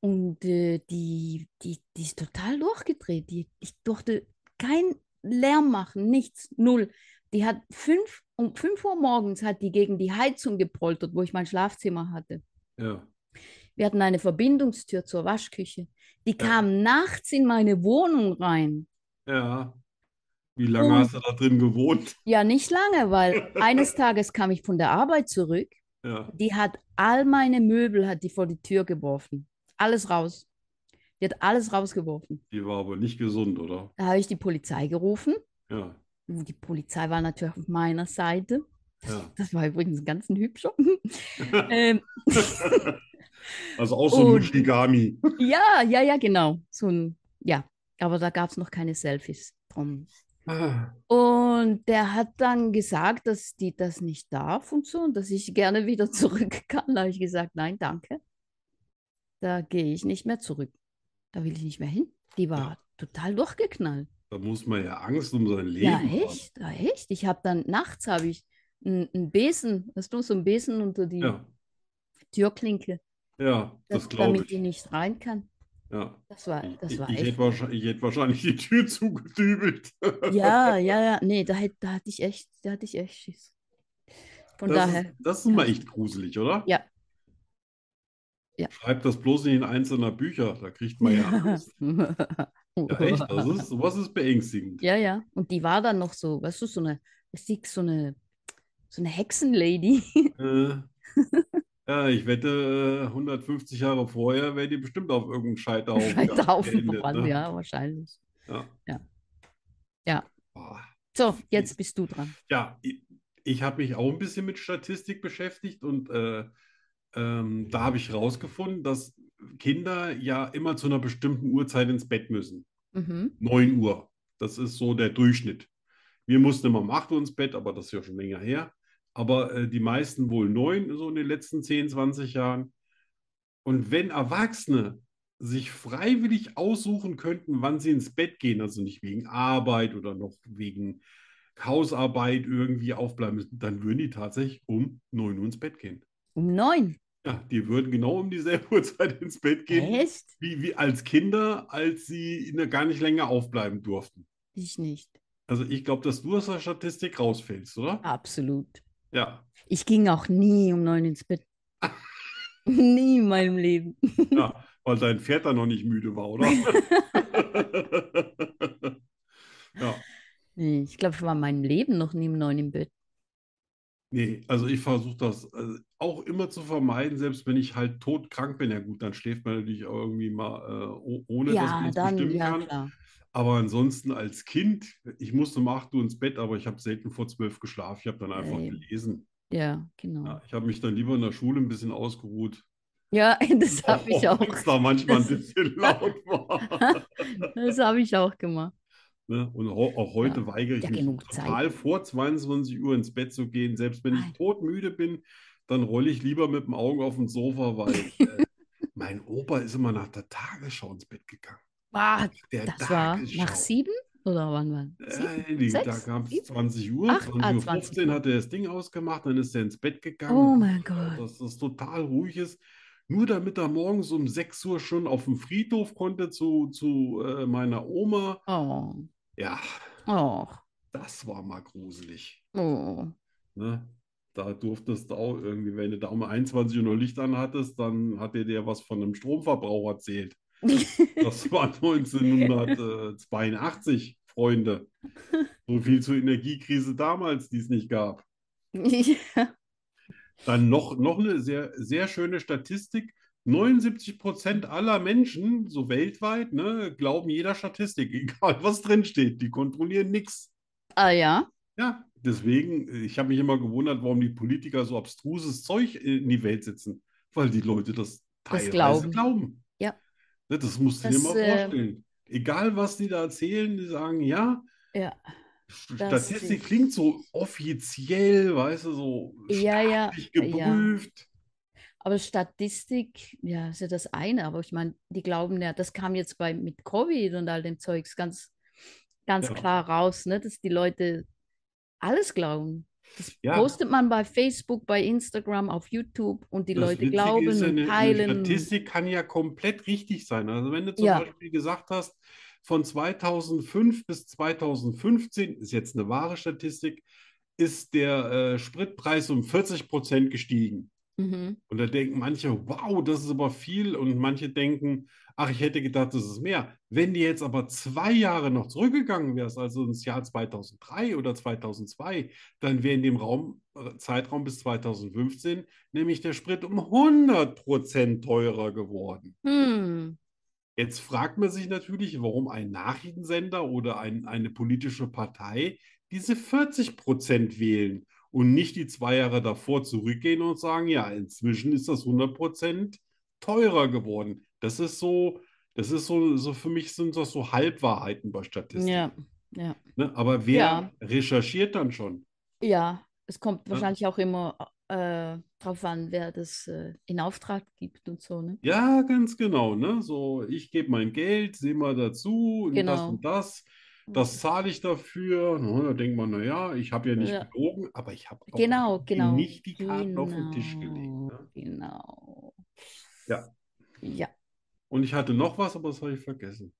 Speaker 2: Und äh, die, die, die ist total durchgedreht. Die, ich durfte keinen Lärm machen, nichts, null. Die hat fünf, um 5 Uhr morgens hat die gegen die Heizung gepoltert, wo ich mein Schlafzimmer hatte.
Speaker 1: ja.
Speaker 2: Wir hatten eine Verbindungstür zur Waschküche. Die kam nachts in meine Wohnung rein.
Speaker 1: Ja.
Speaker 2: Oh.
Speaker 1: Wie lange hast du da drin gewohnt?
Speaker 2: Ja, nicht lange, weil eines Tages kam ich von der Arbeit zurück.
Speaker 1: Ja.
Speaker 2: Die hat all meine Möbel hat die vor die Tür geworfen. Alles raus. Die hat alles rausgeworfen.
Speaker 1: Die war aber nicht gesund, oder?
Speaker 2: Da habe ich die Polizei gerufen.
Speaker 1: Ja,
Speaker 2: Die Polizei war natürlich auf meiner Seite.
Speaker 1: ja.
Speaker 2: Das war übrigens ganz ein hübscher. ähm,
Speaker 1: Also auch so ein
Speaker 2: Und-
Speaker 1: Mushigami.
Speaker 2: ja, ja, ja, genau. So ein, ja, aber da gab es noch keine Selfies drum. Ah. Und der hat dann gesagt, dass die das nicht darf und so, und dass ich gerne wieder zurück kann. Da habe ich gesagt, nein, danke. Da gehe ich nicht mehr zurück. Da will ich nicht mehr hin. Die war total durchgeknallt.
Speaker 1: Da muss man ja Angst um sein Leben
Speaker 2: Ja,
Speaker 1: haben.
Speaker 2: echt? Ja, echt? Ich habe dann nachts habe ich einen einen Besen, hast du so einen Besen unter die
Speaker 1: Ja,
Speaker 2: Türklinke,
Speaker 1: ja, das
Speaker 2: da-
Speaker 1: glaube
Speaker 2: damit die
Speaker 1: ich.
Speaker 2: nicht rein kann.
Speaker 1: Ja.
Speaker 2: Das war,
Speaker 1: Ich,
Speaker 2: das
Speaker 1: ich,
Speaker 2: war
Speaker 1: ich
Speaker 2: echt.
Speaker 1: hätte wahrscheinlich, ich hätte wahrscheinlich die Tür zugedübelt.
Speaker 2: Ja, ja, ja. Nee, da, hätt- da hatte ich echt, da hatte ich echt Schiss. Von
Speaker 1: Das
Speaker 2: daher.
Speaker 1: ist, das ist mal echt gruselig, oder?
Speaker 2: Ja. Ja.
Speaker 1: Schreibt das bloß nicht in einzelner Bücher, da kriegt man ja Angst. Ja, echt, das ist, sowas ist beängstigend.
Speaker 2: Ja, ja. Und die war dann noch so, weißt du, so eine, richtig so eine, so eine Hexenlady.
Speaker 1: Äh, ja, ich wette, äh, 150 Jahre vorher wäre die bestimmt auf irgendeinem Scheiterhaufen
Speaker 2: Scheiterhaufen
Speaker 1: geendet,
Speaker 2: verbrannt,
Speaker 1: Oh, ne?
Speaker 2: ja, wahrscheinlich.
Speaker 1: Ja.
Speaker 2: Ja. Ja.
Speaker 1: Boah.
Speaker 2: So, jetzt bist du dran.
Speaker 1: Ja, ich, ich habe mich auch ein bisschen mit Statistik beschäftigt und äh, ähm, da habe ich rausgefunden, dass Kinder ja immer zu einer bestimmten Uhrzeit ins Bett müssen.
Speaker 2: Mhm.
Speaker 1: 9 Uhr. Das ist so der Durchschnitt. Wir mussten immer um 8 Uhr ins Bett, aber das ist ja schon länger her. Aber äh, die meisten wohl 9, so in den letzten 10, 20 Jahren. Und wenn Erwachsene sich freiwillig aussuchen könnten, wann sie ins Bett gehen, also nicht wegen Arbeit oder noch wegen Hausarbeit irgendwie aufbleiben müssen, dann würden die tatsächlich um 9 Uhr ins Bett gehen.
Speaker 2: Um neun.
Speaker 1: Ja, die würden genau um dieselbe Uhrzeit ins Bett gehen,
Speaker 2: Echt?
Speaker 1: wie, wie als Kinder, als sie in der- gar nicht länger aufbleiben durften.
Speaker 2: Ich nicht.
Speaker 1: Also ich glaube, dass du aus der Statistik rausfällst, oder?
Speaker 2: Ah. Absolut.
Speaker 1: Ja.
Speaker 2: Ich ging auch nie um neun ins Bett. nie in meinem Leben.
Speaker 1: Ja, weil dein Pferd da noch nicht müde war, oder? ja,
Speaker 2: Nee, ich glaube, ich war in meinem Leben noch nie um neun im Bett.
Speaker 1: nee, also ich versuche das also auch immer zu vermeiden, selbst wenn ich halt todkrank bin. Ja gut, dann schläft man natürlich auch irgendwie mal äh, o- ohne, dass man
Speaker 2: Ja,
Speaker 1: es
Speaker 2: dann,
Speaker 1: bestimmen
Speaker 2: ja,
Speaker 1: kann.
Speaker 2: klar.
Speaker 1: Aber ansonsten als Kind, ich musste um 8 Uhr ins Bett, aber ich habe selten vor 12 geschlafen. Ich habe dann einfach
Speaker 2: Ey.
Speaker 1: gelesen.
Speaker 2: Ja, genau.
Speaker 1: Ja, ich habe mich dann lieber in der Schule ein bisschen ausgeruht.
Speaker 2: Ja, das habe ich auch.
Speaker 1: wenn es da manchmal ein
Speaker 2: Das-
Speaker 1: bisschen laut war.
Speaker 2: Das habe ich auch gemacht.
Speaker 1: Ne? Und ho auch heute
Speaker 2: Ja.
Speaker 1: weigere ich
Speaker 2: Ja,
Speaker 1: mich
Speaker 2: genug
Speaker 1: total vor 22 Uhr ins Bett zu gehen. Selbst wenn
Speaker 2: Nein.
Speaker 1: ich todmüde bin, dann rolle ich lieber mit dem Augen auf dem Sofa, weil äh, mein Opa ist immer nach der Tagesschau ins Bett gegangen.
Speaker 2: Ah,
Speaker 1: Der
Speaker 2: das war nach
Speaker 1: Tagesschau.
Speaker 2: sieben oder wann war? Sieben?
Speaker 1: Äh, die, da
Speaker 2: sechs,
Speaker 1: kam es
Speaker 2: sieben,
Speaker 1: 20 Uhr,
Speaker 2: acht, ah,
Speaker 1: 20.15 Uhr
Speaker 2: 20 Uhr.
Speaker 1: hat er das Ding ausgemacht, dann ist er ins Bett gegangen.
Speaker 2: Oh mein
Speaker 1: Ja, genau.
Speaker 2: Gott.
Speaker 1: Dass das total ruhig ist. Nur damit er morgens um 6 Uhr schon auf dem Friedhof konnte zu, zu äh, meiner Oma.
Speaker 2: Oh,
Speaker 1: Ja,
Speaker 2: oh,
Speaker 1: das war mal gruselig.
Speaker 2: oh.
Speaker 1: Ne? Da durftest du auch irgendwie, wenn du da um 21 Uhr noch Licht an hattest, dann hat er dir was von einem Stromverbrauch erzählt. Das war 1982, Freunde. So viel zur Energiekrise damals, die es nicht gab.
Speaker 2: Ja.
Speaker 1: Dann noch, noch eine sehr, sehr schöne Statistik. 79 Prozent aller Menschen, so weltweit, ne, glauben jeder Statistik, egal was drinsteht. Die kontrollieren nichts.
Speaker 2: Ah ja,
Speaker 1: Ja, deswegen, äh, ich habe mich immer gewundert, warum die Politiker so abstruses Zeug in die Welt setzen, weil die Leute das
Speaker 2: Das
Speaker 1: teilweise
Speaker 2: glauben.
Speaker 1: glauben.
Speaker 2: Ja.
Speaker 1: Ne, Das musst du dir
Speaker 2: Das,
Speaker 1: mal
Speaker 2: äh,
Speaker 1: vorstellen. Egal, was die da erzählen, die sagen, ja,
Speaker 2: ja, Das
Speaker 1: Statistik
Speaker 2: ist-
Speaker 1: klingt so offiziell, weißt du, so
Speaker 2: ja, ja,
Speaker 1: staatlich
Speaker 2: ja.
Speaker 1: geprüft.
Speaker 2: Aber Statistik, ja, ist ja das eine. Aber ich meine, die glauben ja, das kam jetzt bei mit Covid und all dem Zeugs ganz, ganz
Speaker 1: Ja.
Speaker 2: klar raus, ne, dass die Leute alles glauben. Das
Speaker 1: Ja.
Speaker 2: postet man bei Facebook, bei Instagram, auf YouTube und die
Speaker 1: Das
Speaker 2: Leute
Speaker 1: Witzige
Speaker 2: glauben
Speaker 1: ist ja,
Speaker 2: und
Speaker 1: eine,
Speaker 2: teilen.
Speaker 1: Eine
Speaker 2: und-
Speaker 1: Statistik kann ja komplett richtig sein. Also wenn du zum
Speaker 2: Ja.
Speaker 1: Beispiel gesagt hast, von 2005 bis 2015, ist jetzt eine wahre Statistik, ist der äh, Spritpreis um 40 Prozent gestiegen.
Speaker 2: Mhm.
Speaker 1: Und da denken manche, wow, das ist aber viel. Und manche denken, ach, ich hätte gedacht, das ist mehr. Wenn du jetzt aber zwei Jahre noch zurückgegangen wärst, also ins Jahr 2003 oder 2002, dann wäre in dem Raum, äh, Zeitraum bis 2015 nämlich der Sprit um 100 Prozent teurer geworden.
Speaker 2: Hm.
Speaker 1: Jetzt fragt man sich natürlich, warum ein Nachrichtensender oder ein, eine politische Partei diese 40 Prozent wählen und nicht die zwei Jahre davor zurückgehen und sagen, ja, inzwischen ist das 100 Prozent teurer geworden. Das ist so, das ist so, so für mich sind das so Halbwahrheiten bei Statistik.
Speaker 2: Ja, ja.
Speaker 1: Ne? Aber wer
Speaker 2: Ja.
Speaker 1: recherchiert dann schon?
Speaker 2: Ja, es kommt
Speaker 1: Ja.
Speaker 2: wahrscheinlich auch immer äh, drauf an, wer das äh, in Auftrag gibt und so, ne?
Speaker 1: Ja, ganz genau, ne? So, ich gebe mein Geld, sehe mal dazu und das
Speaker 2: Genau.
Speaker 1: und das.
Speaker 2: Mhm.
Speaker 1: Das zahle ich dafür. Na, da denkt man, naja, ich habe ja nicht
Speaker 2: Ja.
Speaker 1: gelogen, aber ich habe auch
Speaker 2: Genau, genau,
Speaker 1: nicht die Karten auf den Tisch gelegt. Ne?
Speaker 2: genau, genau.
Speaker 1: Ja.
Speaker 2: Ja,
Speaker 1: Und ich hatte noch was, aber das habe ich vergessen.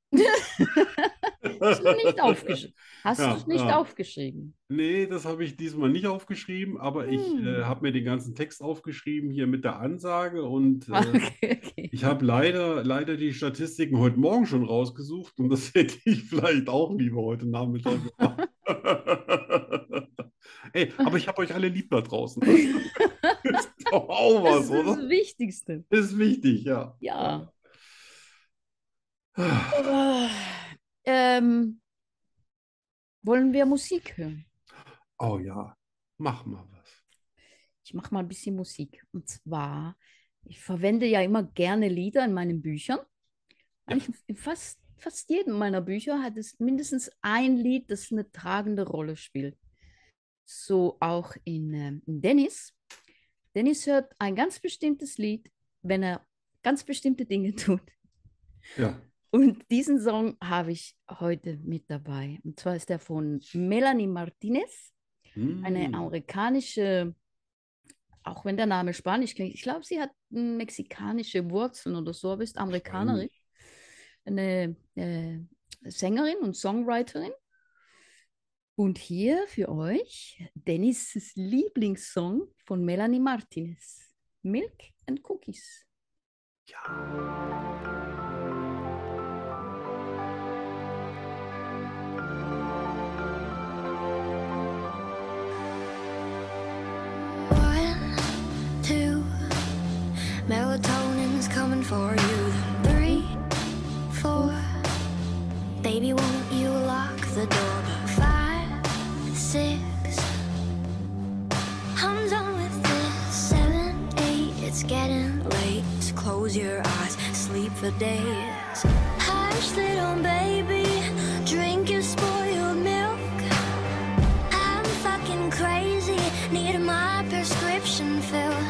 Speaker 2: hast du nicht aufgeschrieben? Hast
Speaker 1: Ja,
Speaker 2: du es nicht
Speaker 1: ja.
Speaker 2: aufgeschrieben?
Speaker 1: Nee, das habe ich diesmal nicht aufgeschrieben, aber ich
Speaker 2: Hm.
Speaker 1: äh, habe mir den ganzen Text aufgeschrieben hier mit der Ansage und äh,
Speaker 2: Okay, okay.
Speaker 1: Ich habe leider, leider die Statistiken heute Morgen schon rausgesucht und das hätte ich vielleicht auch lieber heute Nachmittag gemacht. Ey, aber ich habe euch alle lieb da draußen. Das ist doch auch
Speaker 2: Das
Speaker 1: was,
Speaker 2: ist
Speaker 1: oder?
Speaker 2: das Wichtigste.
Speaker 1: Ist wichtig, ja.
Speaker 2: Ja. Ah, Ähm, wollen wir Musik hören?
Speaker 1: Oh ja, mach mal was.
Speaker 2: Ich mache mal ein bisschen Musik. Und zwar, ich verwende ja immer gerne Lieder in meinen Büchern. Eigentlich in fast, fast jedem meiner Bücher hat es mindestens ein Lied, das eine tragende Rolle spielt. So auch in, ähm, in Dennis. Dennis hört ein ganz bestimmtes Lied, wenn er ganz bestimmte Dinge tut.
Speaker 1: Ja.
Speaker 2: Und diesen Song habe ich heute mit dabei. Und zwar ist der von Melanie Martinez, eine
Speaker 1: Hm.
Speaker 2: amerikanische, auch wenn der Name Spanisch klingt. Ich glaube, sie hat mm, mexikanische Wurzeln oder so, aber ist Amerikanerin. Eine äh, Sängerin und Songwriterin. Und hier für euch Dennis' Lieblingssong von Melanie Martinez, Milk and Cookies.
Speaker 5: One, two, melatonin's coming for you. Three, four, baby, won't you lock the door? Five, six, I'm done with this. Seven, eight, it's getting late. Just close your eyes, sleep for days. Hush, little baby, drink your spoiled milk. I'm fucking crazy, need my prescription filled.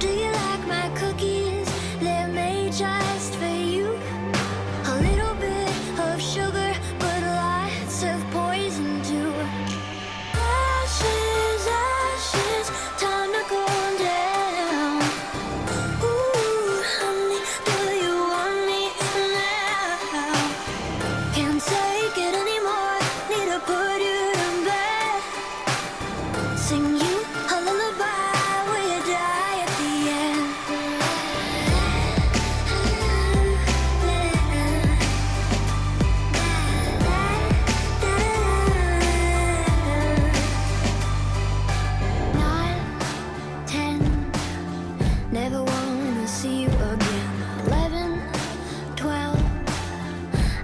Speaker 5: Do you like my cookies? They're made just for you. A little bit of sugar, but lots of poison too. Ashes, ashes, time to cool down. Ooh, honey, do you want me now? Can't take it anymore. Need to put you to bed. Sing you a lullaby. Will you die at the end? Nine, ten. Never wanna see you again. Eleven, twelve.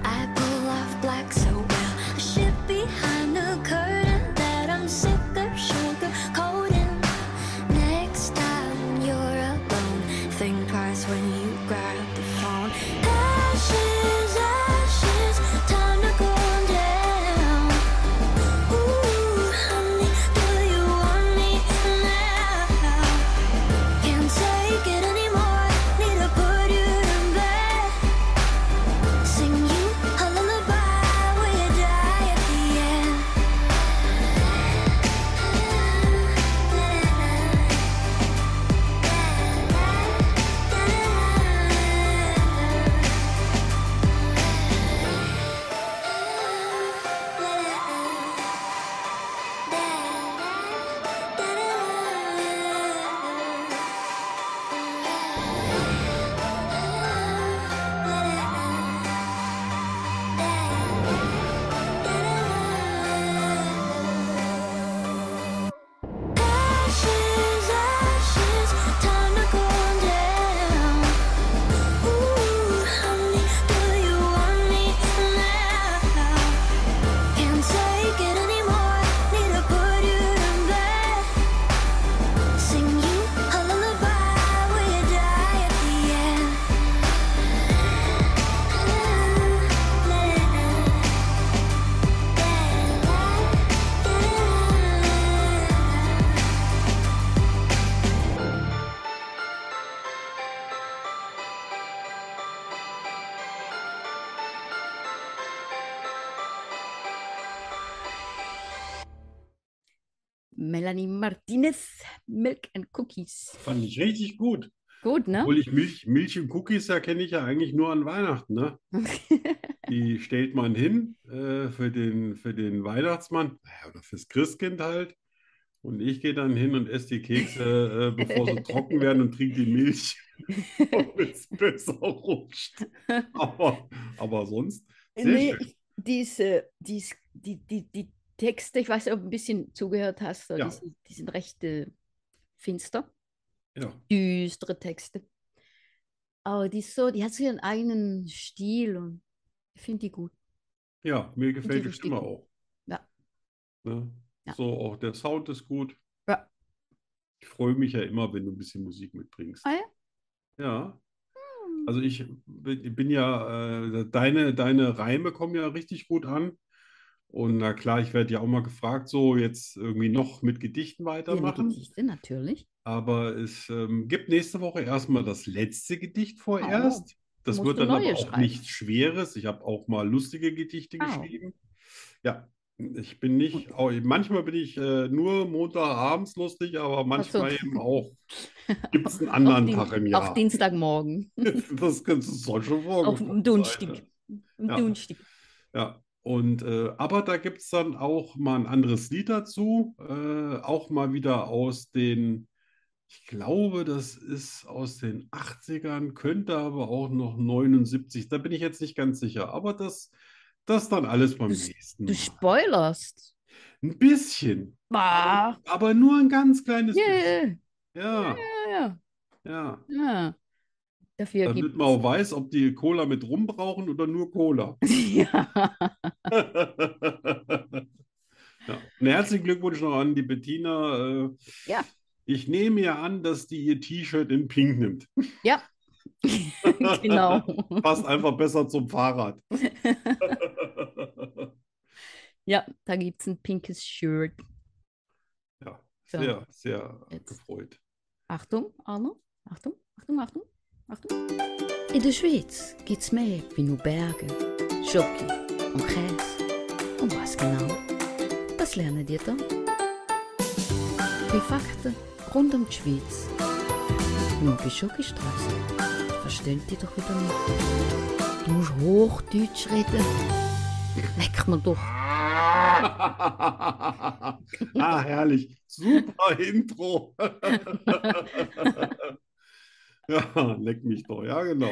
Speaker 5: I pull off black so well. A ship behind the curtain that I'm sick of sugar coating. Next time you're alone, think twice when you grab the phone. Ashes, ashes, time to cool down. Ooh, honey, do you want me now? Can't take it anymore. Need to put you to bed. Sing you a lullaby when you die at the end. Ashes, ashes, time to cool down. Ooh, honey, do you want me now? Can't take it anymore. Need to put you to bed. Sing you a lullaby when you die at the end.
Speaker 2: Melanie Martinez, Milk and Cookies.
Speaker 1: Fand ich richtig gut.
Speaker 2: Gut, ne?
Speaker 1: Obwohl ich Milch, Milch und Cookies ja kenne ich ja eigentlich nur an Weihnachten, ne? Die stellt man hin äh, für den, für den Weihnachtsmann, naja, oder fürs Christkind halt. Und ich gehe dann hin und esse die Kekse, äh, bevor sie trocken werden und trinke die Milch, damit es besser rutscht. Aber, aber sonst, sehr
Speaker 2: nee,
Speaker 1: schön.
Speaker 2: ich, diese, dies, die, die, die Texte, ich weiß nicht, ob du ein bisschen zugehört hast, aber
Speaker 1: Ja.
Speaker 2: die, sind- die sind recht äh, finster,
Speaker 1: ja.
Speaker 2: düstere Texte. Aber die, ist so, die hat so ihren eigenen Stil und ich finde die gut.
Speaker 1: Ja, mir gefällt die
Speaker 2: richtig
Speaker 1: Stimme
Speaker 2: gut.
Speaker 1: auch.
Speaker 2: Ja.
Speaker 1: Ne?
Speaker 2: Ja.
Speaker 1: So, auch der Sound ist gut.
Speaker 2: Ja.
Speaker 1: Ich freue mich ja immer, wenn du ein bisschen Musik mitbringst.
Speaker 2: Ah
Speaker 1: Ja. Also ich bin bin ja, äh, deine, deine Reime kommen ja richtig gut an. Und na klar, ich werde ja auch mal gefragt, so jetzt irgendwie noch mit Gedichten
Speaker 2: Ihre
Speaker 1: weitermachen.
Speaker 2: Gedichte natürlich.
Speaker 1: Aber es ähm, gibt nächste Woche erstmal das letzte Gedicht vorerst. Das
Speaker 2: Oh, Musst
Speaker 1: wird
Speaker 2: du
Speaker 1: dann aber
Speaker 2: neue
Speaker 1: auch
Speaker 2: schreiben.
Speaker 1: nichts Schweres. Ich habe auch mal lustige Gedichte
Speaker 2: Au.
Speaker 1: geschrieben. Ja, ich bin nicht, au- manchmal bin ich äh, nur Montagabends lustig, aber manchmal eben auch. Gibt es einen anderen
Speaker 2: Din-
Speaker 1: Tag im
Speaker 2: Auch
Speaker 1: Jahr?
Speaker 2: Dienstagmorgen.
Speaker 1: Das, das soll schon
Speaker 2: Auf
Speaker 1: vorgekommen
Speaker 2: dem Dunstig.
Speaker 1: sein.
Speaker 2: Im
Speaker 1: Ja.
Speaker 2: Dunstig.
Speaker 1: Ja, und äh, aber da gibt es dann auch mal ein anderes Lied dazu, äh, auch mal wieder aus den, ich glaube, das ist aus den 80ern, könnte aber auch noch 79, da bin ich jetzt nicht ganz sicher, aber das, das dann alles beim
Speaker 2: Du-
Speaker 1: nächsten
Speaker 2: Du
Speaker 1: Mal.
Speaker 2: spoilerst.
Speaker 1: Ein bisschen,
Speaker 2: Bah.
Speaker 1: aber nur ein ganz kleines bisschen.
Speaker 2: Ah.
Speaker 1: Ja,
Speaker 2: Yeah. Ja, ja,
Speaker 1: ja.
Speaker 2: ja. Dafür
Speaker 1: Damit
Speaker 2: gibt
Speaker 1: man auch weiß, ob die Cola mit Rum brauchen oder nur Cola.
Speaker 2: es. Ja.
Speaker 1: Ja. Und herzlichen Glückwunsch noch an die Bettina. Äh,
Speaker 2: Ja.
Speaker 1: Ich nehme ja an, dass die ihr T-Shirt in Pink nimmt.
Speaker 2: Genau.
Speaker 1: Passt einfach besser zum Fahrrad.
Speaker 2: Ja, da gibt es ein pinkes Shirt.
Speaker 1: ja,
Speaker 2: So.
Speaker 1: sehr, sehr
Speaker 2: Jetzt.
Speaker 1: gefreut.
Speaker 2: Achtung, Arno. Achtung, Achtung, Achtung. Achtung.
Speaker 3: In der Schweiz gibt's mehr wie nur Berge, Schoki und Käse. Und was genau? Das lernen die dann. Die Fakten rund um die Schweiz. Nur bei Schokistraße verstehen die doch wieder nicht. Du musst Hochdeutsch reden. Leck mir doch.
Speaker 1: ah, herrlich. Super Intro. ja, leck mich doch. Ja, genau.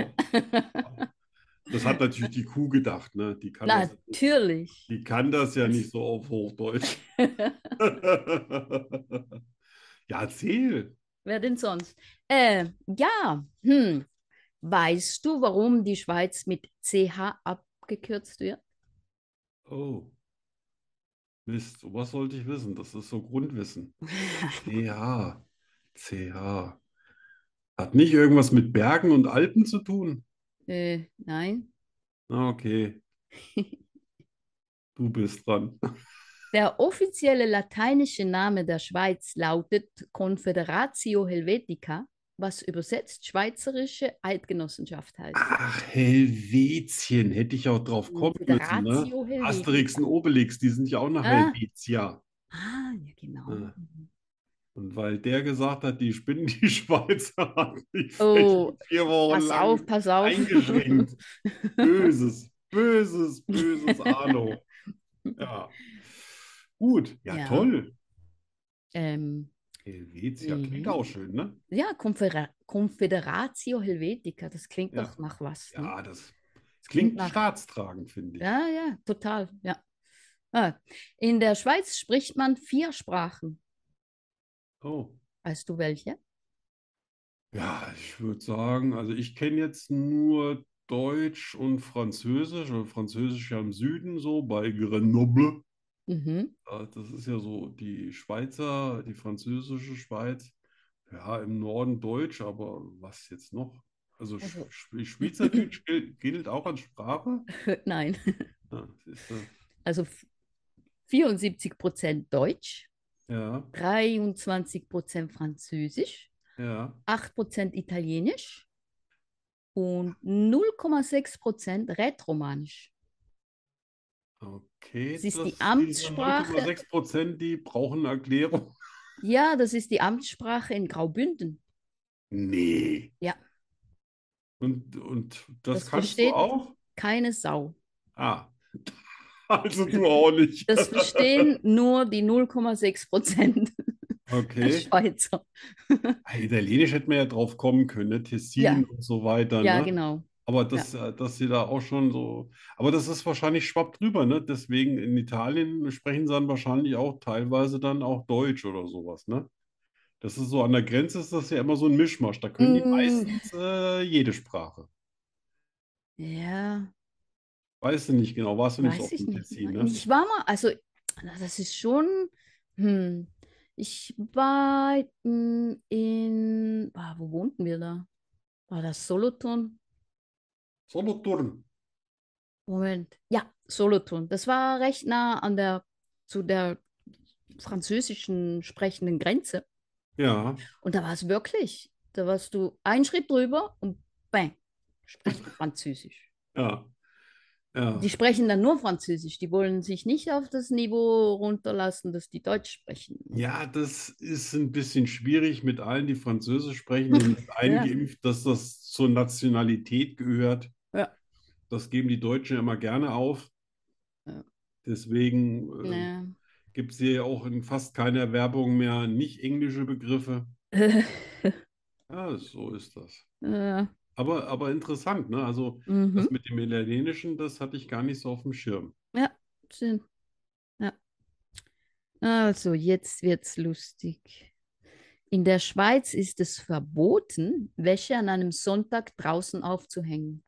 Speaker 1: Das hat natürlich die Kuh gedacht, ne? Die kann das
Speaker 2: Natürlich.
Speaker 1: Die kann das ja nicht so auf Hochdeutsch. Ja, erzähl.
Speaker 2: Wer denn sonst? Äh, ja, hm. Weißt du, warum die Schweiz mit CH abgekürzt wird?
Speaker 1: Oh. Mist, sowas sollte ich wissen. Das ist so Grundwissen. CH. CH. Hat nicht irgendwas mit Bergen und Alpen zu tun?
Speaker 2: Äh, nein.
Speaker 1: Na, okay. Du bist dran.
Speaker 2: Der offizielle lateinische Name der Schweiz lautet Confederatio Helvetica, was übersetzt schweizerische Eidgenossenschaft heißt.
Speaker 1: Ach, Helvetien. Hätte ich auch drauf kommen müssen, ne?
Speaker 2: Confederatio Helvetica.
Speaker 1: Asterix und Obelix, die sind ja auch nach
Speaker 2: Ah.
Speaker 1: Helvetia.
Speaker 2: Ah, ja, genau.
Speaker 1: Ja. Und weil der gesagt hat, die spinnen die Schweizer, hat die
Speaker 2: Oh,
Speaker 1: Flächen vier Wochen
Speaker 2: Pass
Speaker 1: lang
Speaker 2: auf, pass auf.
Speaker 1: eingeschränkt. Böses, böses, böses Arno. Ja. Gut, ja,
Speaker 2: Ja.
Speaker 1: toll.
Speaker 2: ähm,
Speaker 1: Helvetia
Speaker 2: Mhm.
Speaker 1: klingt auch schön, ne?
Speaker 2: ja, Confera- Confederatio Helvetica, das klingt
Speaker 1: Ja.
Speaker 2: doch nach was. Ne?
Speaker 1: Ja, das
Speaker 2: das
Speaker 1: klingt
Speaker 2: nach
Speaker 1: staatstragend, finde ich.
Speaker 2: Ja, ja, total, ja. Ah, in der Schweiz spricht man vier Sprachen.
Speaker 1: Oh.
Speaker 2: Weißt du welche?
Speaker 1: Ja, ich würde sagen, also ich kenne jetzt nur Deutsch und Französisch, und Französisch ja im Süden so, bei Grenoble.
Speaker 2: Mhm.
Speaker 1: Äh, Das ist ja so die Schweizer, die französische Schweiz. Ja, im Norden Deutsch, aber was jetzt noch? Also Sch
Speaker 2: Also-
Speaker 1: Sch Schweizerdeutsch gilt, gilt auch als Sprache? Ah,
Speaker 2: Nein,
Speaker 1: Ja, siehst du.
Speaker 2: also f- 74% Deutsch,
Speaker 1: ja,
Speaker 2: 23% Französisch,
Speaker 1: ja.
Speaker 2: 8% Italienisch und 0,6% Rätoromanisch.
Speaker 1: Okay,
Speaker 2: Das ist die
Speaker 1: das, diese
Speaker 2: Amtssprache.
Speaker 1: 0,6%, die brauchen eine Erklärung.
Speaker 2: Ja, das ist die Amtssprache in Graubünden.
Speaker 1: Nee.
Speaker 2: Ja.
Speaker 1: Und, und das
Speaker 2: Das
Speaker 1: kannst du
Speaker 2: versteht-
Speaker 1: auch?
Speaker 2: Keine Sau.
Speaker 1: Ah, also du auch nicht.
Speaker 2: Das verstehen nur die 0,6 Prozent der
Speaker 1: Okay.
Speaker 2: Schweizer.
Speaker 1: Ah, Italienisch hätte man ja drauf kommen können, ne? Tessin
Speaker 2: Ja.
Speaker 1: und so weiter,
Speaker 2: Ja,
Speaker 1: ne?
Speaker 2: genau.
Speaker 1: Aber das, äh, dass sie da auch schon so, aber das ist wahrscheinlich schwapp drüber, ne? Deswegen in Italien sprechen sie dann wahrscheinlich auch teilweise dann auch Deutsch oder sowas, ne? Das ist so, an der Grenze ist das ja immer so ein Mischmasch. Da können die
Speaker 2: Mm.
Speaker 1: meistens äh, jede Sprache.
Speaker 2: Ja,
Speaker 1: Weißt du nicht genau, warst du nicht so
Speaker 2: weiß
Speaker 1: oft
Speaker 2: ich
Speaker 1: im
Speaker 2: nicht.
Speaker 1: Tessin,
Speaker 2: Nein,
Speaker 1: ne?
Speaker 2: Ich war mal, also na, das ist schon, hm, ich war hm, in, ah, wo wohnten wir da? War das Solothurn?
Speaker 1: Solothurn.
Speaker 2: Moment. Ja, Solothurn. Das war recht nah an der, zu der französischen sprechenden Grenze.
Speaker 1: Ja,
Speaker 2: Und da war es wirklich. Da warst du einen Schritt drüber und bang. sprechen Französisch.
Speaker 1: Ja. Ja.
Speaker 2: Die sprechen dann nur Französisch. Die wollen sich nicht auf das Niveau runterlassen, dass die Deutsch sprechen.
Speaker 1: ja, das ist ein bisschen schwierig mit allen, die Französisch sprechen und eingeimpft, dass das zur Nationalität gehört.
Speaker 2: Ja.
Speaker 1: Das geben die Deutschen immer gerne auf.
Speaker 2: Ja.
Speaker 1: Deswegen äh,
Speaker 2: Ja.
Speaker 1: gibt es hier ja auch in fast keiner Werbung mehr nicht englische Begriffe. Ja, so ist das.
Speaker 2: Äh,
Speaker 1: Aber, aber interessant, ne? Also
Speaker 2: mhm.
Speaker 1: das mit dem Italienischen, das hatte ich gar nicht so auf dem Schirm.
Speaker 2: Sinn. Ja. Also, jetzt wird's lustig. In der Schweiz ist es verboten, Wäsche an einem Sonntag draußen aufzuhängen.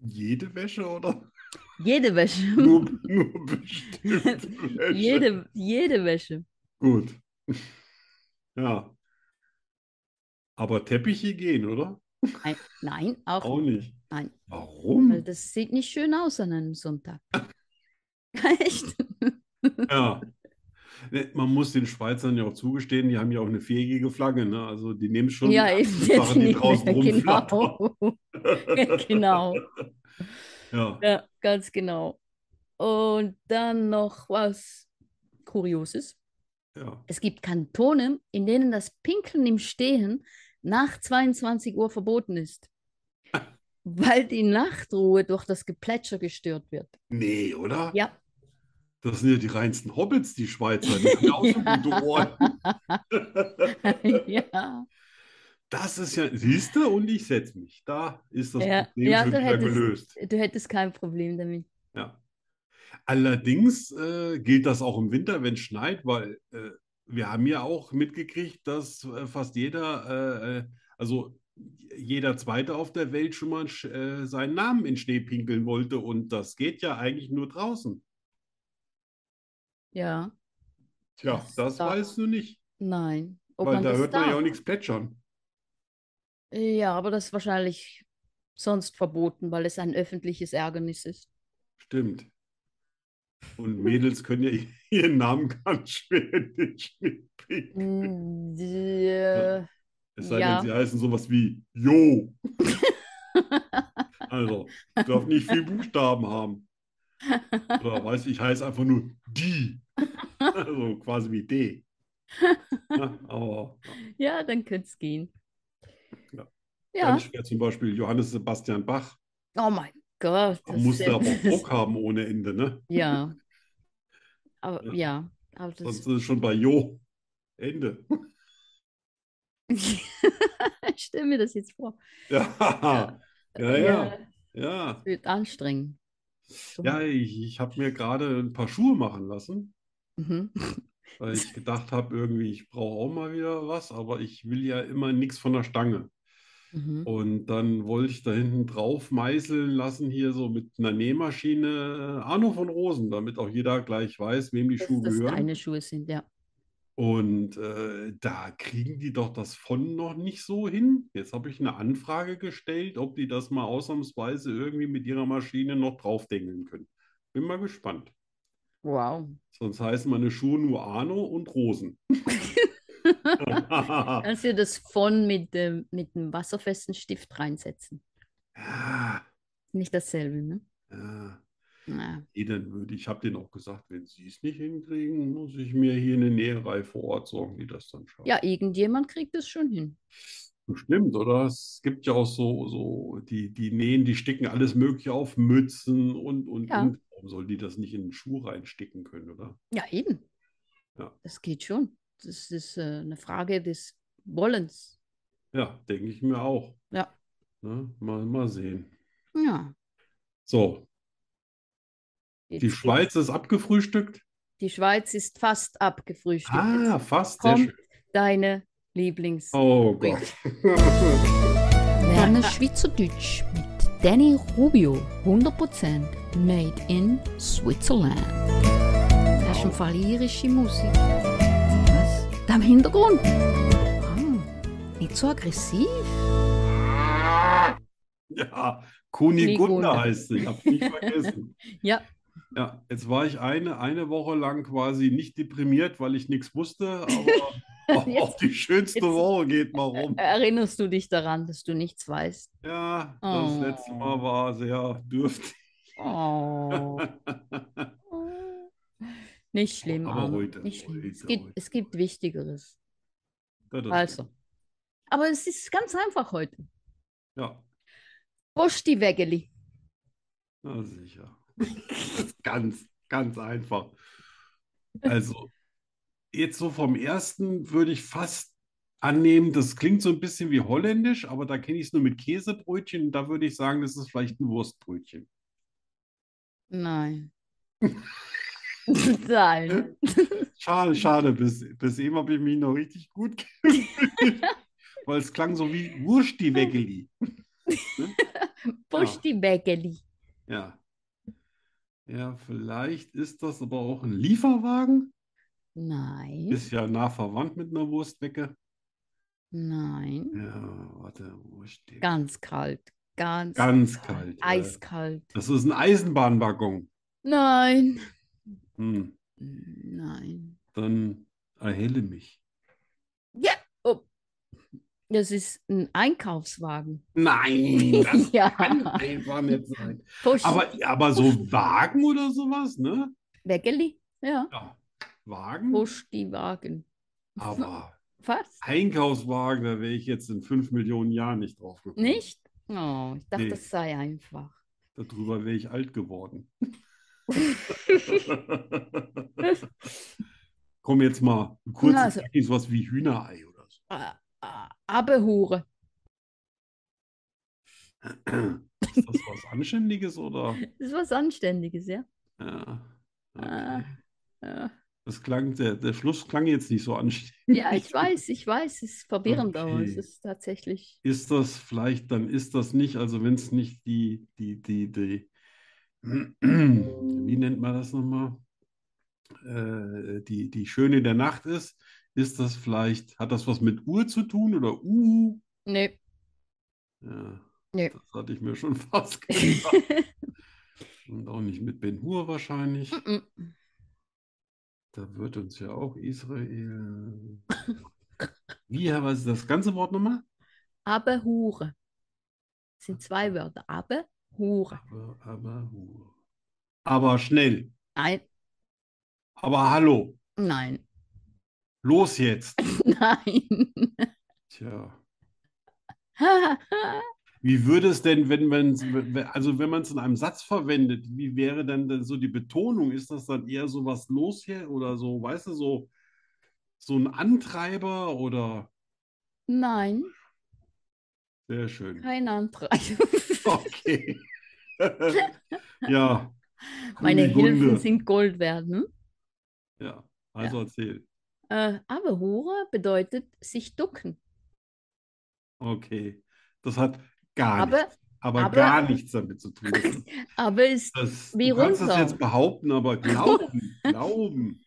Speaker 1: Jede Wäsche oder
Speaker 2: Jede Wäsche.
Speaker 1: nur, nur bestimmte Wäsche?
Speaker 2: Jede, jede Wäsche.
Speaker 1: Gut. Ja. Aber Teppiche gehen, oder?
Speaker 2: Nein, nein auch,
Speaker 1: Auch nicht.
Speaker 2: Nein. weil
Speaker 1: Warum?
Speaker 2: das sieht nicht schön aus an einem Sonntag. Echt?
Speaker 1: Ja. Ne, Man muss den Schweizern ja auch zugestehen, die haben ja auch eine fähige Flagge, ne? Also die nehmen schon
Speaker 2: ja,
Speaker 1: die
Speaker 2: eben
Speaker 1: Sachen, die
Speaker 2: definitiv.
Speaker 1: draußen rumflattern.
Speaker 2: Genau. genau.
Speaker 1: Ja.
Speaker 2: Ja, ganz genau. Und dann noch was Kurioses.
Speaker 1: Ja.
Speaker 2: Es gibt Kantone, in denen das Pinkeln im Stehen nach 22 Uhr verboten ist, weil die Nachtruhe durch das Geplätscher gestört wird.
Speaker 1: Nee, oder?
Speaker 2: Ja.
Speaker 1: Das sind ja die reinsten Hobbits, die Schweizer. Die haben ja auch so gute Ohren.
Speaker 2: ja.
Speaker 1: Das ist ja, siehst du, und ich setze mich. Da ist das
Speaker 2: Ja,
Speaker 1: Problem
Speaker 2: ja,
Speaker 1: schon
Speaker 2: du
Speaker 1: wieder
Speaker 2: hättest-
Speaker 1: gelöst.
Speaker 2: Du hättest kein Problem damit.
Speaker 1: Ja. Allerdings äh, gilt das auch im Winter, wenn es schneit, weil äh, wir haben ja auch mitgekriegt, dass äh, fast jeder, äh, äh, also jeder Zweite auf der Welt schon mal sch- äh, seinen Namen in Schnee pinkeln wollte und das geht ja eigentlich nur draußen.
Speaker 2: Ja,
Speaker 1: Tja,
Speaker 2: Das
Speaker 1: das
Speaker 2: darf-
Speaker 1: weißt du nicht,
Speaker 2: nein. Ob
Speaker 1: weil
Speaker 2: Oh, man
Speaker 1: da
Speaker 2: das
Speaker 1: hört man ja
Speaker 2: darf?
Speaker 1: auch nichts plätschern.
Speaker 2: Ja, aber das ist wahrscheinlich sonst verboten, weil es ein öffentliches Ärgernis ist.
Speaker 1: Stimmt. Und Mädels können ja ihren Namen ganz schwer in den Schnee pinkeln.
Speaker 2: Mm, äh,
Speaker 1: Es sei
Speaker 2: Ja.
Speaker 1: denn, sie heißen sowas wie Jo. also, darf nicht viel Buchstaben haben. Oder weiß ich, heiße einfach nur die. Also quasi wie D. Ja, aber
Speaker 2: Ja, dann könnte es gehen.
Speaker 1: Ja.
Speaker 2: Ja,
Speaker 1: ganz schwer zum Beispiel Johannes Sebastian Bach.
Speaker 2: oh mein Gott.
Speaker 1: Da
Speaker 2: das
Speaker 1: musste
Speaker 2: ist-
Speaker 1: aber auch Druck haben ohne Ende, ne?
Speaker 2: Ja.
Speaker 1: Ja.
Speaker 2: Aber
Speaker 1: Also-
Speaker 2: ja, aber das
Speaker 1: Sonst ist es schon bei Jo. Ende.
Speaker 2: ich stelle mir das jetzt vor.
Speaker 1: Ja, ja, ja. ja.
Speaker 2: wird anstrengend. So.
Speaker 1: Ja, ich, ich habe mir gerade ein paar Schuhe machen lassen.
Speaker 2: Mhm.
Speaker 1: weil ich gedacht habe, irgendwie, ich brauche auch mal wieder was, aber ich will ja immer nichts von der Stange.
Speaker 2: Mhm.
Speaker 1: Und dann wollte ich da hinten drauf meißeln lassen, hier so mit einer Nähmaschine äh, Arno von Rosen, damit auch jeder gleich weiß, wem die
Speaker 2: Dass
Speaker 1: Schuhe
Speaker 2: das
Speaker 1: gehören.
Speaker 2: deine Schuhe sind, ja.
Speaker 1: Und äh, da kriegen die doch das von noch nicht so hin. Jetzt habe ich eine Anfrage gestellt, ob die das mal ausnahmsweise irgendwie mit ihrer Maschine noch draufdengeln können. Bin mal gespannt.
Speaker 2: Wow.
Speaker 1: Sonst heißen meine Schuhe nur Arno und Rosen.
Speaker 2: Kannst du das von mit dem, mit dem wasserfesten Stift reinsetzen?
Speaker 1: Ja,
Speaker 2: Nicht dasselbe, ne?
Speaker 1: ja.
Speaker 2: Ja.
Speaker 1: Nee, dann würde ich, habe denen auch gesagt, wenn sie es nicht hinkriegen, muss ich mir hier eine Näherei vor Ort sorgen, die das dann schafft.
Speaker 2: Ja, irgendjemand kriegt es schon hin.
Speaker 1: Bestimmt, oder? Es gibt ja auch so, so die, die nähen, die sticken alles Mögliche auf, Mützen und, und,
Speaker 2: Ja.
Speaker 1: und. Warum sollen die das nicht in den Schuh reinsticken können, oder?
Speaker 2: Ja, eben.
Speaker 1: Ja.
Speaker 2: Das geht schon. Das ist äh, eine Frage des Wollens.
Speaker 1: Ja, denke ich mir auch.
Speaker 2: Ja.
Speaker 1: Ne? Mal, mal sehen.
Speaker 2: Ja.
Speaker 1: So,
Speaker 2: Jetzt
Speaker 1: die
Speaker 2: geht's.
Speaker 1: Schweiz ist abgefrühstückt.
Speaker 2: Die Schweiz ist fast abgefrühstückt.
Speaker 1: Ah,
Speaker 2: Jetzt
Speaker 1: fast, sehr
Speaker 2: kommt
Speaker 1: schön.
Speaker 2: deine Lieblings.
Speaker 1: Oh Gott.
Speaker 3: Lerne Schweizerdeutsch mit Danny Rubio. 100% made in Switzerland. Das ist im Fall irische Musik. Was? Da im Hintergrund? Ah, nicht so aggressiv.
Speaker 1: Ja, Kunigunda
Speaker 2: Kunigunda.
Speaker 1: heißt sie, ich habe nicht vergessen.
Speaker 2: Ja.
Speaker 1: Ja, jetzt war ich eine, eine Woche lang quasi nicht deprimiert, weil ich nichts wusste, aber Auch, auch die schönste
Speaker 2: jetzt-
Speaker 1: Woche geht mal rum.
Speaker 2: Erinnerst du dich daran, dass du nichts weißt?
Speaker 1: Ja, das
Speaker 2: Oh.
Speaker 1: letzte Mal war sehr dürftig.
Speaker 2: Oh. Nicht schlimm,
Speaker 1: Oh, Aber
Speaker 2: Arno,
Speaker 1: heute,
Speaker 2: nicht schlimm.
Speaker 1: heute,
Speaker 2: Es gibt,
Speaker 1: heute.
Speaker 2: es gibt Wichtigeres.
Speaker 1: Ja, das-
Speaker 2: Also. Aber es ist ganz einfach heute.
Speaker 1: Ja,
Speaker 2: Wusch die Wägeli.
Speaker 1: na sicher. Das ist ganz, ganz einfach. Also, jetzt so vom ersten würde ich fast annehmen, das klingt so ein bisschen wie holländisch, aber da kenne ich es nur mit Käsebrötchen. Da würde ich sagen, das ist vielleicht ein Wurstbrötchen.
Speaker 2: Nein. Nein.
Speaker 1: Schade, schade. Bis, bis eben habe ich mich noch richtig gut gefühlt, weil es klang so wie Wurst die Weggeli.
Speaker 2: Wusch
Speaker 1: Ja.
Speaker 2: die Wägeli.
Speaker 1: Ja. Ja, vielleicht ist das aber auch ein Lieferwagen.
Speaker 2: Nein.
Speaker 1: Ist ja nah verwandt mit einer Wurstwecke.
Speaker 2: Nein.
Speaker 1: Ja, Äh, warte, wo steht?
Speaker 2: Ganz kalt. Ganz,
Speaker 1: Ganz kalt. ja.
Speaker 2: Eiskalt.
Speaker 1: Das ist ein Eisenbahnwaggon.
Speaker 2: Nein.
Speaker 1: Hm,
Speaker 2: Nein.
Speaker 1: dann erhelle mich.
Speaker 2: Das ist ein Einkaufswagen.
Speaker 1: Nein, das kann
Speaker 2: ja.
Speaker 1: einfach nicht sein.
Speaker 2: Wusch
Speaker 1: Aber, aber so Wagen oder sowas, ne?
Speaker 2: Wägeli. Ja.
Speaker 1: Ja, Wagen?
Speaker 2: Wusch die Wagen.
Speaker 1: Aber
Speaker 2: Fast.
Speaker 1: Einkaufswagen, da wäre ich jetzt in fünf Millionen Jahren nicht drauf gekommen.
Speaker 2: Nicht? Oh, ich dachte,
Speaker 1: Nee.
Speaker 2: das sei einfach.
Speaker 1: Darüber wäre ich alt geworden. Komm jetzt mal, ein kurzes,
Speaker 2: Na, also-
Speaker 1: sowas wie Hühnerei oder so.
Speaker 2: Ah, ah, Abehure.
Speaker 1: Ist das was Anständiges oder?
Speaker 2: Das ist was Anständiges, ja?
Speaker 1: Ja.
Speaker 2: Ah,
Speaker 1: Okay.
Speaker 2: ja.
Speaker 1: Das klang, der, der Schluss klang jetzt nicht so anständig.
Speaker 2: Ja, ich weiß, ich weiß, es ist verwirrend, aber es
Speaker 1: Okay.
Speaker 2: ist tatsächlich.
Speaker 1: Ist das vielleicht, dann ist das nicht, also wenn es nicht die, die, die, die, wie nennt man das nochmal? Äh, die, die Schöne der Nacht ist, ist das vielleicht, hat das was mit Uhr zu tun oder U?
Speaker 2: Nee.
Speaker 1: Ja,
Speaker 2: Nee.
Speaker 1: das hatte ich mir schon fast gedacht. Und auch nicht mit Ben Hur wahrscheinlich.
Speaker 2: Mm-mm.
Speaker 1: Da wird uns ja auch Israel. Wie, was ist das ganze Wort nochmal?
Speaker 2: Abehure. Das sind zwei Wörter. Abehure.
Speaker 1: Aber, aber, Hure. aber schnell.
Speaker 2: Nein,
Speaker 1: Aber hallo.
Speaker 2: nein,
Speaker 1: Los jetzt.
Speaker 2: nein.
Speaker 1: Tja. Wie würde es denn, wenn man es, also wenn man es in einem Satz verwendet, wie wäre dann, denn so die Betonung? Ist das dann eher so was los hier oder so, weißt du, so, so ein Antreiber oder
Speaker 2: nein,
Speaker 1: sehr schön.
Speaker 2: kein Antrag.
Speaker 1: Okay. ja.
Speaker 2: Meine Hilfen
Speaker 1: Kunigunde.
Speaker 2: sind Gold wert. Hm?
Speaker 1: Ja, also erzähl.
Speaker 2: Äh, Abehure bedeutet sich ducken.
Speaker 1: Okay. Das hat gar
Speaker 2: Aber-
Speaker 1: nichts, aber
Speaker 2: aber-
Speaker 1: gar nichts damit zu tun. Das ist-
Speaker 2: Aber es
Speaker 1: Das,
Speaker 2: Wie
Speaker 1: du kannst das
Speaker 2: runter.
Speaker 1: jetzt behaupten, aber glauben, glauben.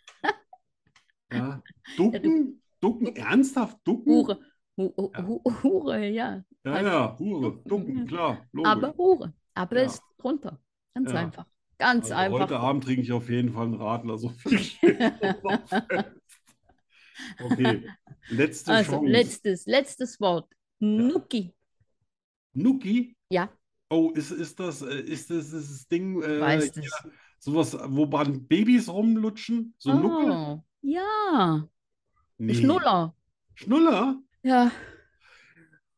Speaker 1: Ja, ducken, ducken, ernsthaft ducken?
Speaker 2: Hure. Hu- hu-
Speaker 1: Hm. Ja.
Speaker 2: hu- Hure, ja.
Speaker 1: Ja, ja, Hure, ducken,
Speaker 2: Mhm.
Speaker 1: klar, logisch.
Speaker 2: Aber Hure. Aber
Speaker 1: Ja.
Speaker 2: ist runter. Ganz
Speaker 1: Ja.
Speaker 2: einfach. Ganz
Speaker 1: Also
Speaker 2: einfach.
Speaker 1: heute Abend trinke ich auf jeden Fall einen Radler, so viel steht schon auf. Okay, letzte
Speaker 2: also,
Speaker 1: Chance.
Speaker 2: letztes, letztes Wort. Nuki.
Speaker 1: Nuki?
Speaker 2: Ja.
Speaker 1: Oh, ist, ist das, äh, ist das dieses Ding, äh,
Speaker 2: Weißt
Speaker 1: hier,
Speaker 2: es.
Speaker 1: sowas, wo man Babys rumlutschen? So Nuckel?
Speaker 2: Oh, ja.
Speaker 1: Nee.
Speaker 2: Schnuller.
Speaker 1: Schnuller?
Speaker 2: Ja.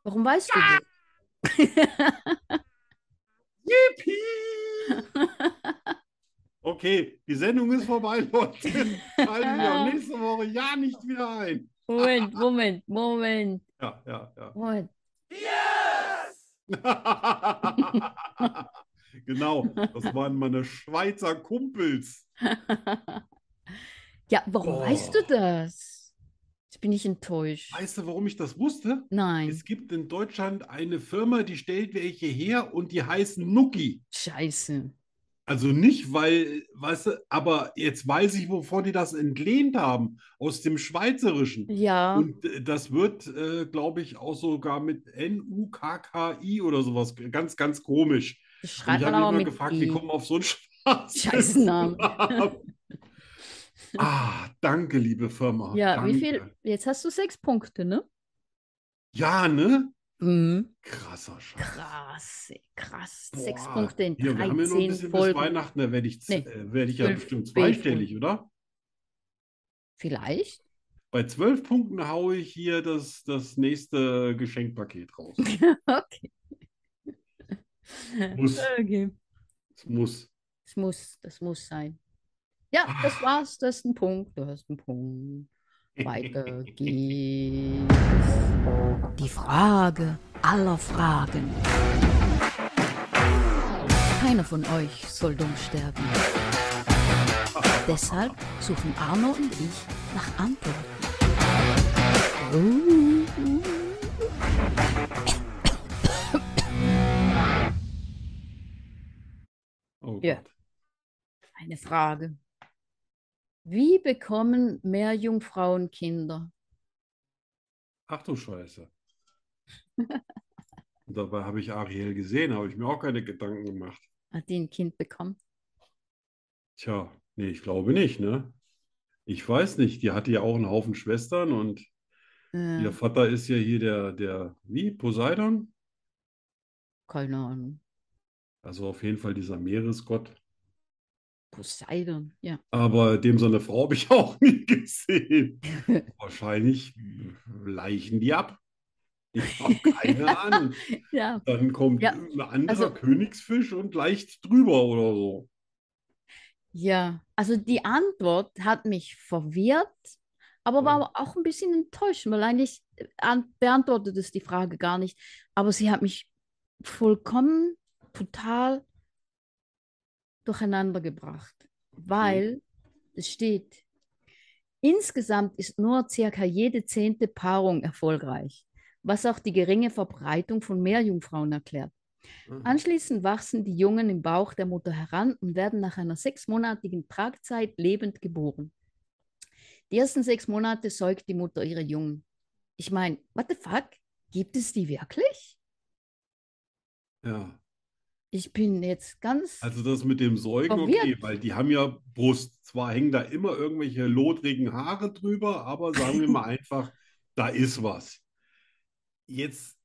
Speaker 2: Warum weißt du das?
Speaker 1: Piep. Okay, die Sendung ist vorbei, Leute. Schalten Sie auch nächste Woche ja nicht wieder ein.
Speaker 2: Moment, Moment, Moment,
Speaker 1: Ja, ja, ja.
Speaker 2: Moment.
Speaker 1: Genau, das waren meine Schweizer Kumpels.
Speaker 2: Ja, warum
Speaker 1: Oh.
Speaker 2: weißt du das? Jetzt bin ich enttäuscht.
Speaker 1: Weißt du, warum ich das wusste?
Speaker 2: Nein.
Speaker 1: Es gibt in Deutschland eine Firma, die stellt welche her und die heißen Nuki.
Speaker 2: Scheiße.
Speaker 1: Also nicht, weil, weißt du, aber jetzt weiß ich, wovon die das entlehnt haben, aus dem Schweizerischen.
Speaker 2: Ja,
Speaker 1: Und äh, das wird, äh, glaube ich, auch sogar mit N-U-K-K-I oder sowas. g- Ganz, ganz komisch. Und
Speaker 2: das
Speaker 1: ich
Speaker 2: schreibt
Speaker 1: habe
Speaker 2: man
Speaker 1: mich
Speaker 2: aber
Speaker 1: mal
Speaker 2: mit
Speaker 1: gefragt,
Speaker 2: I.
Speaker 1: wie kommen auf so einen Spaß?
Speaker 2: Scheißennamen.
Speaker 1: Ah, danke, liebe Firma.
Speaker 2: ja, wie
Speaker 1: Oh, danke.
Speaker 2: viel? Jetzt hast du sechs Punkte, ne?
Speaker 1: Ja, ne?
Speaker 2: Mhm.
Speaker 1: Krasser Scheiß.
Speaker 2: Krass, ey, krass. Sechs
Speaker 1: Boah.
Speaker 2: Punkte in
Speaker 1: Hier, wir haben ja noch ein
Speaker 2: 13
Speaker 1: bisschen bis
Speaker 2: Folgen.
Speaker 1: Weihnachten, da werde ich, z-
Speaker 2: Nee,
Speaker 1: äh, werde ich ja
Speaker 2: zwölf
Speaker 1: bestimmt
Speaker 2: B-Folgen.
Speaker 1: zweistellig, oder?
Speaker 2: Vielleicht?
Speaker 1: Bei zwölf Punkten haue ich hier das, das nächste Geschenkpaket raus.
Speaker 2: okay.
Speaker 1: Muss,
Speaker 2: okay.
Speaker 1: es muss.
Speaker 2: Das muss, das muss sein. Ja, das
Speaker 1: Ah.
Speaker 2: war's. Das ist ein Punkt. Du hast einen Punkt. Weiter geht's.
Speaker 3: Die Frage aller Fragen. Keiner von euch soll dumm sterben. Deshalb suchen Arno und ich nach Antworten.
Speaker 2: Oh.
Speaker 1: Oh
Speaker 2: Ja.
Speaker 1: Gott.
Speaker 2: Eine Frage. Wie bekommen mehr Jungfrauen Kinder?
Speaker 1: Ach du Scheiße. Und dabei habe ich Ariel gesehen, habe ich mir auch keine Gedanken gemacht.
Speaker 2: Hat die ein Kind bekommen?
Speaker 1: Tja, nee, ich glaube nicht, ne? Ich weiß nicht, die hatte ja auch einen Haufen Schwestern und
Speaker 2: Äh,
Speaker 1: ihr Vater ist ja hier der, der, wie, Poseidon?
Speaker 2: Keine Ahnung.
Speaker 1: Also auf jeden Fall dieser Meeresgott.
Speaker 2: Poseidon, ja.
Speaker 1: Aber dem seine Frau habe ich auch nie gesehen. Wahrscheinlich leichen die ab. Ich habe keine Ahnung.
Speaker 2: Ja,
Speaker 1: Dann kommt
Speaker 2: Ja,
Speaker 1: ein anderer
Speaker 2: also-
Speaker 1: Königsfisch und leicht drüber oder so.
Speaker 2: ja. Also die Antwort hat mich verwirrt, aber war auch ein bisschen enttäuschend, weil eigentlich äh, an- beantwortet es die Frage gar nicht. Aber sie hat mich vollkommen, total durcheinander gebracht, weil es steht, insgesamt ist nur circa jede zehnte Paarung erfolgreich, was auch die geringe Verbreitung von Meerjungfrauen erklärt. Anschließend wachsen die Jungen im Bauch der Mutter heran und werden nach einer sechsmonatigen Tragzeit lebend geboren. Die ersten sechs Monate säugt die Mutter ihre Jungen. Ich meine, what the fuck? Gibt es die wirklich?
Speaker 1: Ja,
Speaker 2: Ich bin jetzt ganz.
Speaker 1: also das mit dem Säugen, okay,
Speaker 2: Verwirrt.
Speaker 1: weil die haben ja Brust. Zwar hängen da immer irgendwelche lotrigen Haare drüber, aber sagen wir mal einfach, da ist was. Jetzt,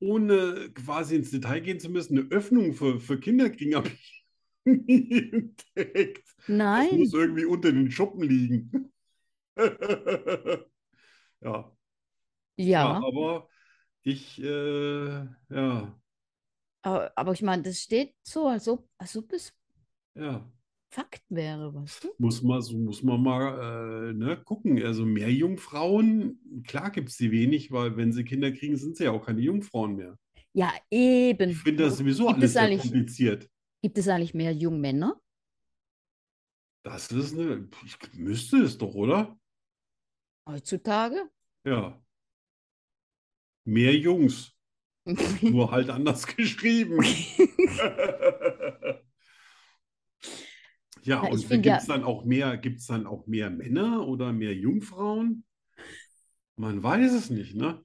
Speaker 1: ohne quasi ins Detail gehen zu müssen, eine Öffnung für, für Kinder kriegen, habe ich nie entdeckt. Das
Speaker 2: nein,
Speaker 1: muss irgendwie unter den Schuppen liegen. Ja. Ja,
Speaker 2: ja.
Speaker 1: aber ich, äh, ja,
Speaker 2: Aber, aber ich meine, das steht so, als ob, als ob es
Speaker 1: ja,
Speaker 2: Fakt wäre, weißt du?
Speaker 1: muss man, so muss man mal, äh, ne, gucken. Also mehr Jungfrauen, klar gibt es die wenig, weil wenn sie Kinder kriegen, sind sie ja auch keine Jungfrauen mehr.
Speaker 2: Ja, eben.
Speaker 1: Ich finde das sowieso
Speaker 2: Gibt
Speaker 1: alles
Speaker 2: es
Speaker 1: sehr
Speaker 2: eigentlich-
Speaker 1: kompliziert.
Speaker 2: Gibt es eigentlich mehr Jungmänner?
Speaker 1: Das ist eine, ich müsste es doch, oder?
Speaker 2: Heutzutage?
Speaker 1: Ja. Mehr Jungs, nur halt anders geschrieben. Ja,
Speaker 2: Ja, ich
Speaker 1: und
Speaker 2: find
Speaker 1: gibt
Speaker 2: ja-
Speaker 1: es dann auch mehr, gibt's dann auch mehr Männer oder mehr Jungfrauen? Man weiß es nicht, ne?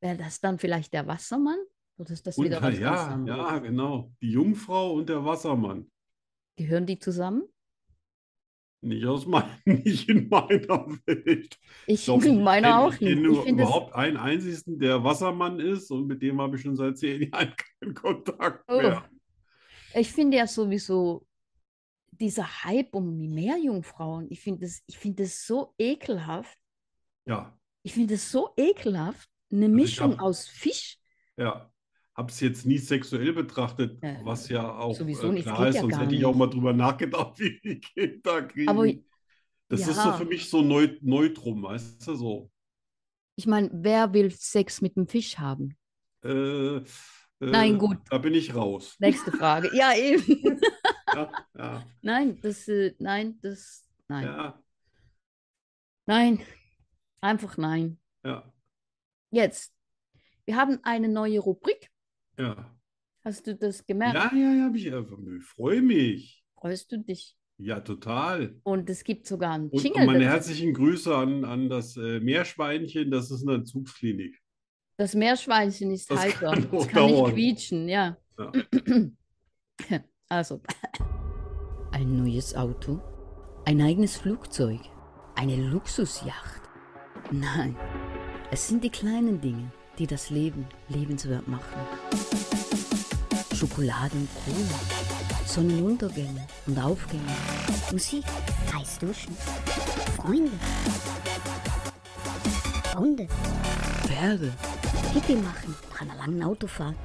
Speaker 2: Wäre das dann vielleicht der Wassermann? Oder ist das
Speaker 1: Und
Speaker 2: wieder
Speaker 1: na
Speaker 2: was ganz
Speaker 1: ja,
Speaker 2: anderes?
Speaker 1: ja, genau. Die Jungfrau und der Wassermann.
Speaker 2: Gehören die zusammen?
Speaker 1: Nicht aus mein, nicht in meiner Welt.
Speaker 2: Ich,
Speaker 1: glaub, ich
Speaker 2: meine
Speaker 1: kenn-
Speaker 2: auch
Speaker 1: ich
Speaker 2: nicht.
Speaker 1: kenne
Speaker 2: Ich
Speaker 1: nur
Speaker 2: finde das.
Speaker 1: überhaupt einen einzigen, der Wassermann ist und mit dem habe ich schon seit zehn Jahren keinen Kontakt
Speaker 2: Oh.
Speaker 1: mehr.
Speaker 2: Ich finde ja sowieso dieser Hype um die Meerjungfrauen, ich finde das, ich finde das so ekelhaft.
Speaker 1: Ja,
Speaker 2: Ich finde das so ekelhaft. Eine
Speaker 1: Also ich
Speaker 2: Mischung
Speaker 1: hab-
Speaker 2: aus Fisch.
Speaker 1: ja. Hab's jetzt nie sexuell betrachtet,
Speaker 2: Ja,
Speaker 1: was ja auch
Speaker 2: sowieso
Speaker 1: äh,
Speaker 2: nicht,
Speaker 1: klar
Speaker 2: geht
Speaker 1: ist,
Speaker 2: ja
Speaker 1: sonst
Speaker 2: gar
Speaker 1: hätte ich auch
Speaker 2: nicht.
Speaker 1: mal drüber nachgedacht, wie die Kinder
Speaker 2: Aber
Speaker 1: kriegen. Das ist so
Speaker 2: ja.
Speaker 1: für mich so neu, Neutrum, weißt du, so.
Speaker 2: ich meine, wer will Sex mit dem Fisch haben?
Speaker 1: Äh, äh,
Speaker 2: Nein, gut.
Speaker 1: Da bin ich raus.
Speaker 2: Nächste Frage. Ja, eben.
Speaker 1: Ja, ja,
Speaker 2: Nein, das, äh, nein, das, nein,
Speaker 1: ja,
Speaker 2: nein. Einfach nein.
Speaker 1: ja,
Speaker 2: Jetzt, wir haben eine neue Rubrik.
Speaker 1: ja.
Speaker 2: Hast du das gemerkt?
Speaker 1: Ja, ja, ja, hab ich einfach. Ich freue mich.
Speaker 2: Freust du dich?
Speaker 1: Ja, total.
Speaker 2: Und es gibt sogar einen
Speaker 1: Und,
Speaker 2: Jingle
Speaker 1: und meine
Speaker 2: dazu.
Speaker 1: herzlichen Grüße an, an das äh, Meerschweinchen, das ist eine Entzugsklinik.
Speaker 2: Das Meerschweinchen ist
Speaker 1: Das
Speaker 2: heiter.
Speaker 1: kann
Speaker 2: das
Speaker 1: auch
Speaker 2: kann nicht
Speaker 1: dauern.
Speaker 2: quietschen, ja.
Speaker 1: Ja.
Speaker 2: Also,
Speaker 3: Ein neues Auto, Ein eigenes Flugzeug. Eine Luxusjacht. Nein, es sind die kleinen Dinge, die das Leben lebenswert machen. Schokolade und Cola, Sonnenuntergänge und Aufgänge,
Speaker 6: Musik, heiß duschen, Freunde, Hunde,
Speaker 3: Pferde,
Speaker 6: Pipi machen nach einer langen Autofahrt.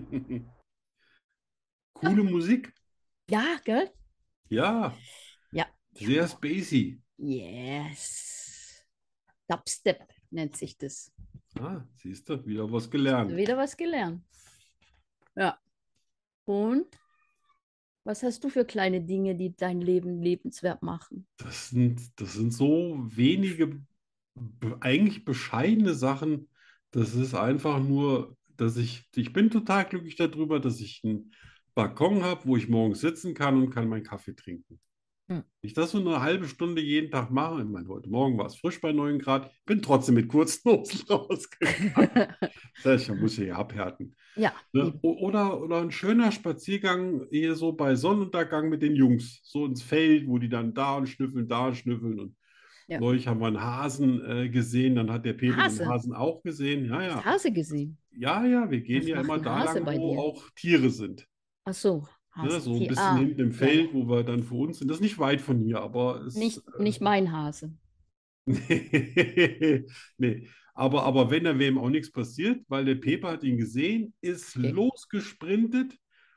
Speaker 1: Coole Musik.
Speaker 2: Ja, gell?
Speaker 1: Ja.
Speaker 2: Ja.
Speaker 1: Sehr spacey.
Speaker 2: Yes. Dubstep nennt sich das.
Speaker 1: Ah, siehst du, wieder was gelernt.
Speaker 2: Wieder was gelernt. Ja. Und was hast du für kleine Dinge, die dein Leben lebenswert machen?
Speaker 1: Das sind, das sind so wenige, be- eigentlich bescheidene Sachen. Das ist einfach nur, dass ich, ich bin total glücklich darüber, dass ich einen Balkon habe, wo ich morgens sitzen kann und kann meinen Kaffee trinken.
Speaker 2: Hm.
Speaker 1: Wenn ich das so eine halbe Stunde jeden Tag mache, ich meine, heute Morgen war es frisch bei 9 Grad, bin trotzdem mit kurzen Hosen rausgegangen. Das muss ich ja abhärten.
Speaker 2: ja,
Speaker 1: Ne?
Speaker 2: eben.
Speaker 1: O- Oder, oder ein schöner Spaziergang eher so bei Sonnenuntergang mit den Jungs, so ins Feld, wo die dann da und schnüffeln, da und schnüffeln. Und
Speaker 2: Ja.
Speaker 1: neulich haben wir einen Hasen äh, gesehen, dann hat der Peter den
Speaker 2: Hase?
Speaker 1: Hasen auch gesehen. Ja, ja.
Speaker 2: Hast Hase gesehen.
Speaker 1: Ja, ja, wir gehen
Speaker 2: Was
Speaker 1: ja
Speaker 2: macht
Speaker 1: immer
Speaker 2: ein
Speaker 1: da
Speaker 2: Hase
Speaker 1: lang,
Speaker 2: bei
Speaker 1: wo
Speaker 2: dir?
Speaker 1: auch Tiere sind.
Speaker 2: Ach so.
Speaker 1: Ne?
Speaker 2: Hase.
Speaker 1: So ein
Speaker 2: Die-
Speaker 1: bisschen
Speaker 2: ah,
Speaker 1: hinten im
Speaker 2: ja.
Speaker 1: Feld, wo wir dann für uns sind. Das ist nicht weit von hier, aber es
Speaker 2: Nicht,
Speaker 1: äh,
Speaker 2: nicht mein Hase.
Speaker 1: Nee, nee. Aber, aber wenn dann wem auch nichts passiert, weil der Pepe hat ihn gesehen, ist
Speaker 2: Okay.
Speaker 1: losgesprintet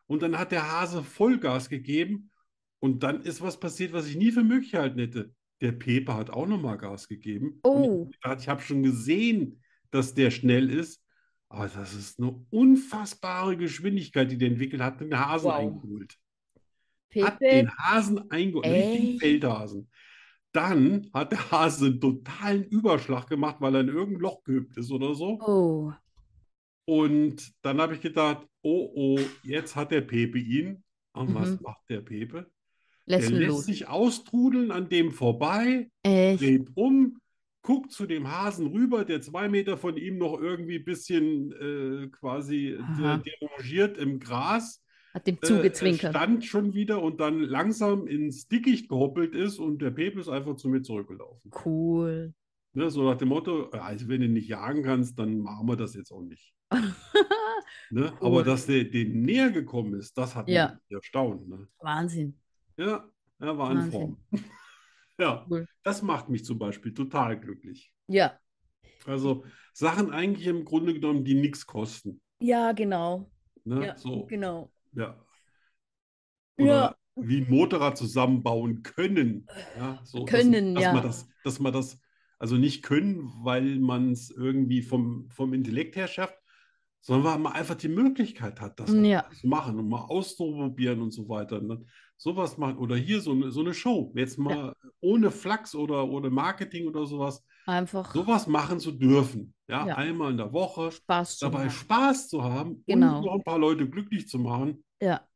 Speaker 1: und dann hat der Hase Vollgas gegeben und dann ist was passiert, was ich nie für möglich gehalten hätte. Der Pepe hat auch nochmal Gas gegeben.
Speaker 2: Oh.
Speaker 1: Und ich hab gedacht, ich habe schon gesehen, dass der schnell ist, aber das ist eine unfassbare Geschwindigkeit, die der entwickelt hat, den Hasen
Speaker 2: Wow.
Speaker 1: eingeholt hat
Speaker 2: Pepe,
Speaker 1: den Hasen eingeholt,
Speaker 2: Echt?
Speaker 1: richtigen Feldhasen. Dann hat der Hase einen totalen Überschlag gemacht, weil er in irgendein Loch gehüpft ist oder so.
Speaker 2: oh,
Speaker 1: Und dann habe ich gedacht, oh oh, jetzt hat der Pepe ihn. Und was
Speaker 2: Mhm.
Speaker 1: macht der Pepe?
Speaker 2: lässt
Speaker 1: der
Speaker 2: ihn
Speaker 1: lässt
Speaker 2: los.
Speaker 1: sich austrudeln an dem vorbei,
Speaker 2: Echt?
Speaker 1: dreht um, guckt zu dem Hasen rüber, der zwei Meter von ihm noch irgendwie ein bisschen äh, quasi
Speaker 2: Aha.
Speaker 1: de- derangiert im Gras
Speaker 2: Hat dem
Speaker 1: äh,
Speaker 2: zugezwinkert.
Speaker 1: stand schon wieder und dann langsam ins Dickicht gehoppelt ist und der Pepe ist einfach zu mir zurückgelaufen.
Speaker 2: cool.
Speaker 1: Ne, so nach dem Motto, "Ja, also wenn du nicht jagen kannst, dann machen wir das jetzt auch nicht. Ne?
Speaker 2: Cool.
Speaker 1: Aber dass der den näher gekommen ist, das hat mich
Speaker 2: Ja.
Speaker 1: erstaunt. Ne?
Speaker 2: Wahnsinn.
Speaker 1: Ja, er war
Speaker 2: Wahnsinn.
Speaker 1: in Form. ja,
Speaker 2: Cool.
Speaker 1: das macht mich zum Beispiel total glücklich.
Speaker 2: Ja.
Speaker 1: Also Sachen eigentlich im Grunde genommen, die nichts kosten.
Speaker 2: Ja, genau.
Speaker 1: Ne?
Speaker 2: Ja,
Speaker 1: so,
Speaker 2: Genau.
Speaker 1: ja.
Speaker 2: Ja.
Speaker 1: Oder wie ein Motorrad zusammenbauen können. Ja, so,
Speaker 2: Können,
Speaker 1: dass, Dass
Speaker 2: ja.
Speaker 1: man das, dass man das, also nicht können, weil man es irgendwie vom, vom Intellekt her schafft, sondern weil man einfach die Möglichkeit hat, das
Speaker 2: Ja.
Speaker 1: zu machen und mal auszuprobieren und so weiter. Und dann sowas machen. Oder hier so eine, so eine Show. Jetzt mal ohne Flachs oder ohne Marketing oder sowas,
Speaker 2: Einfach
Speaker 1: sowas machen zu dürfen. Ja,
Speaker 2: Ja.
Speaker 1: einmal in der Woche,
Speaker 2: Spaß zu
Speaker 1: dabei
Speaker 2: haben.
Speaker 1: Spaß zu haben
Speaker 2: Genau.
Speaker 1: und noch ein paar Leute glücklich zu machen
Speaker 2: Ja,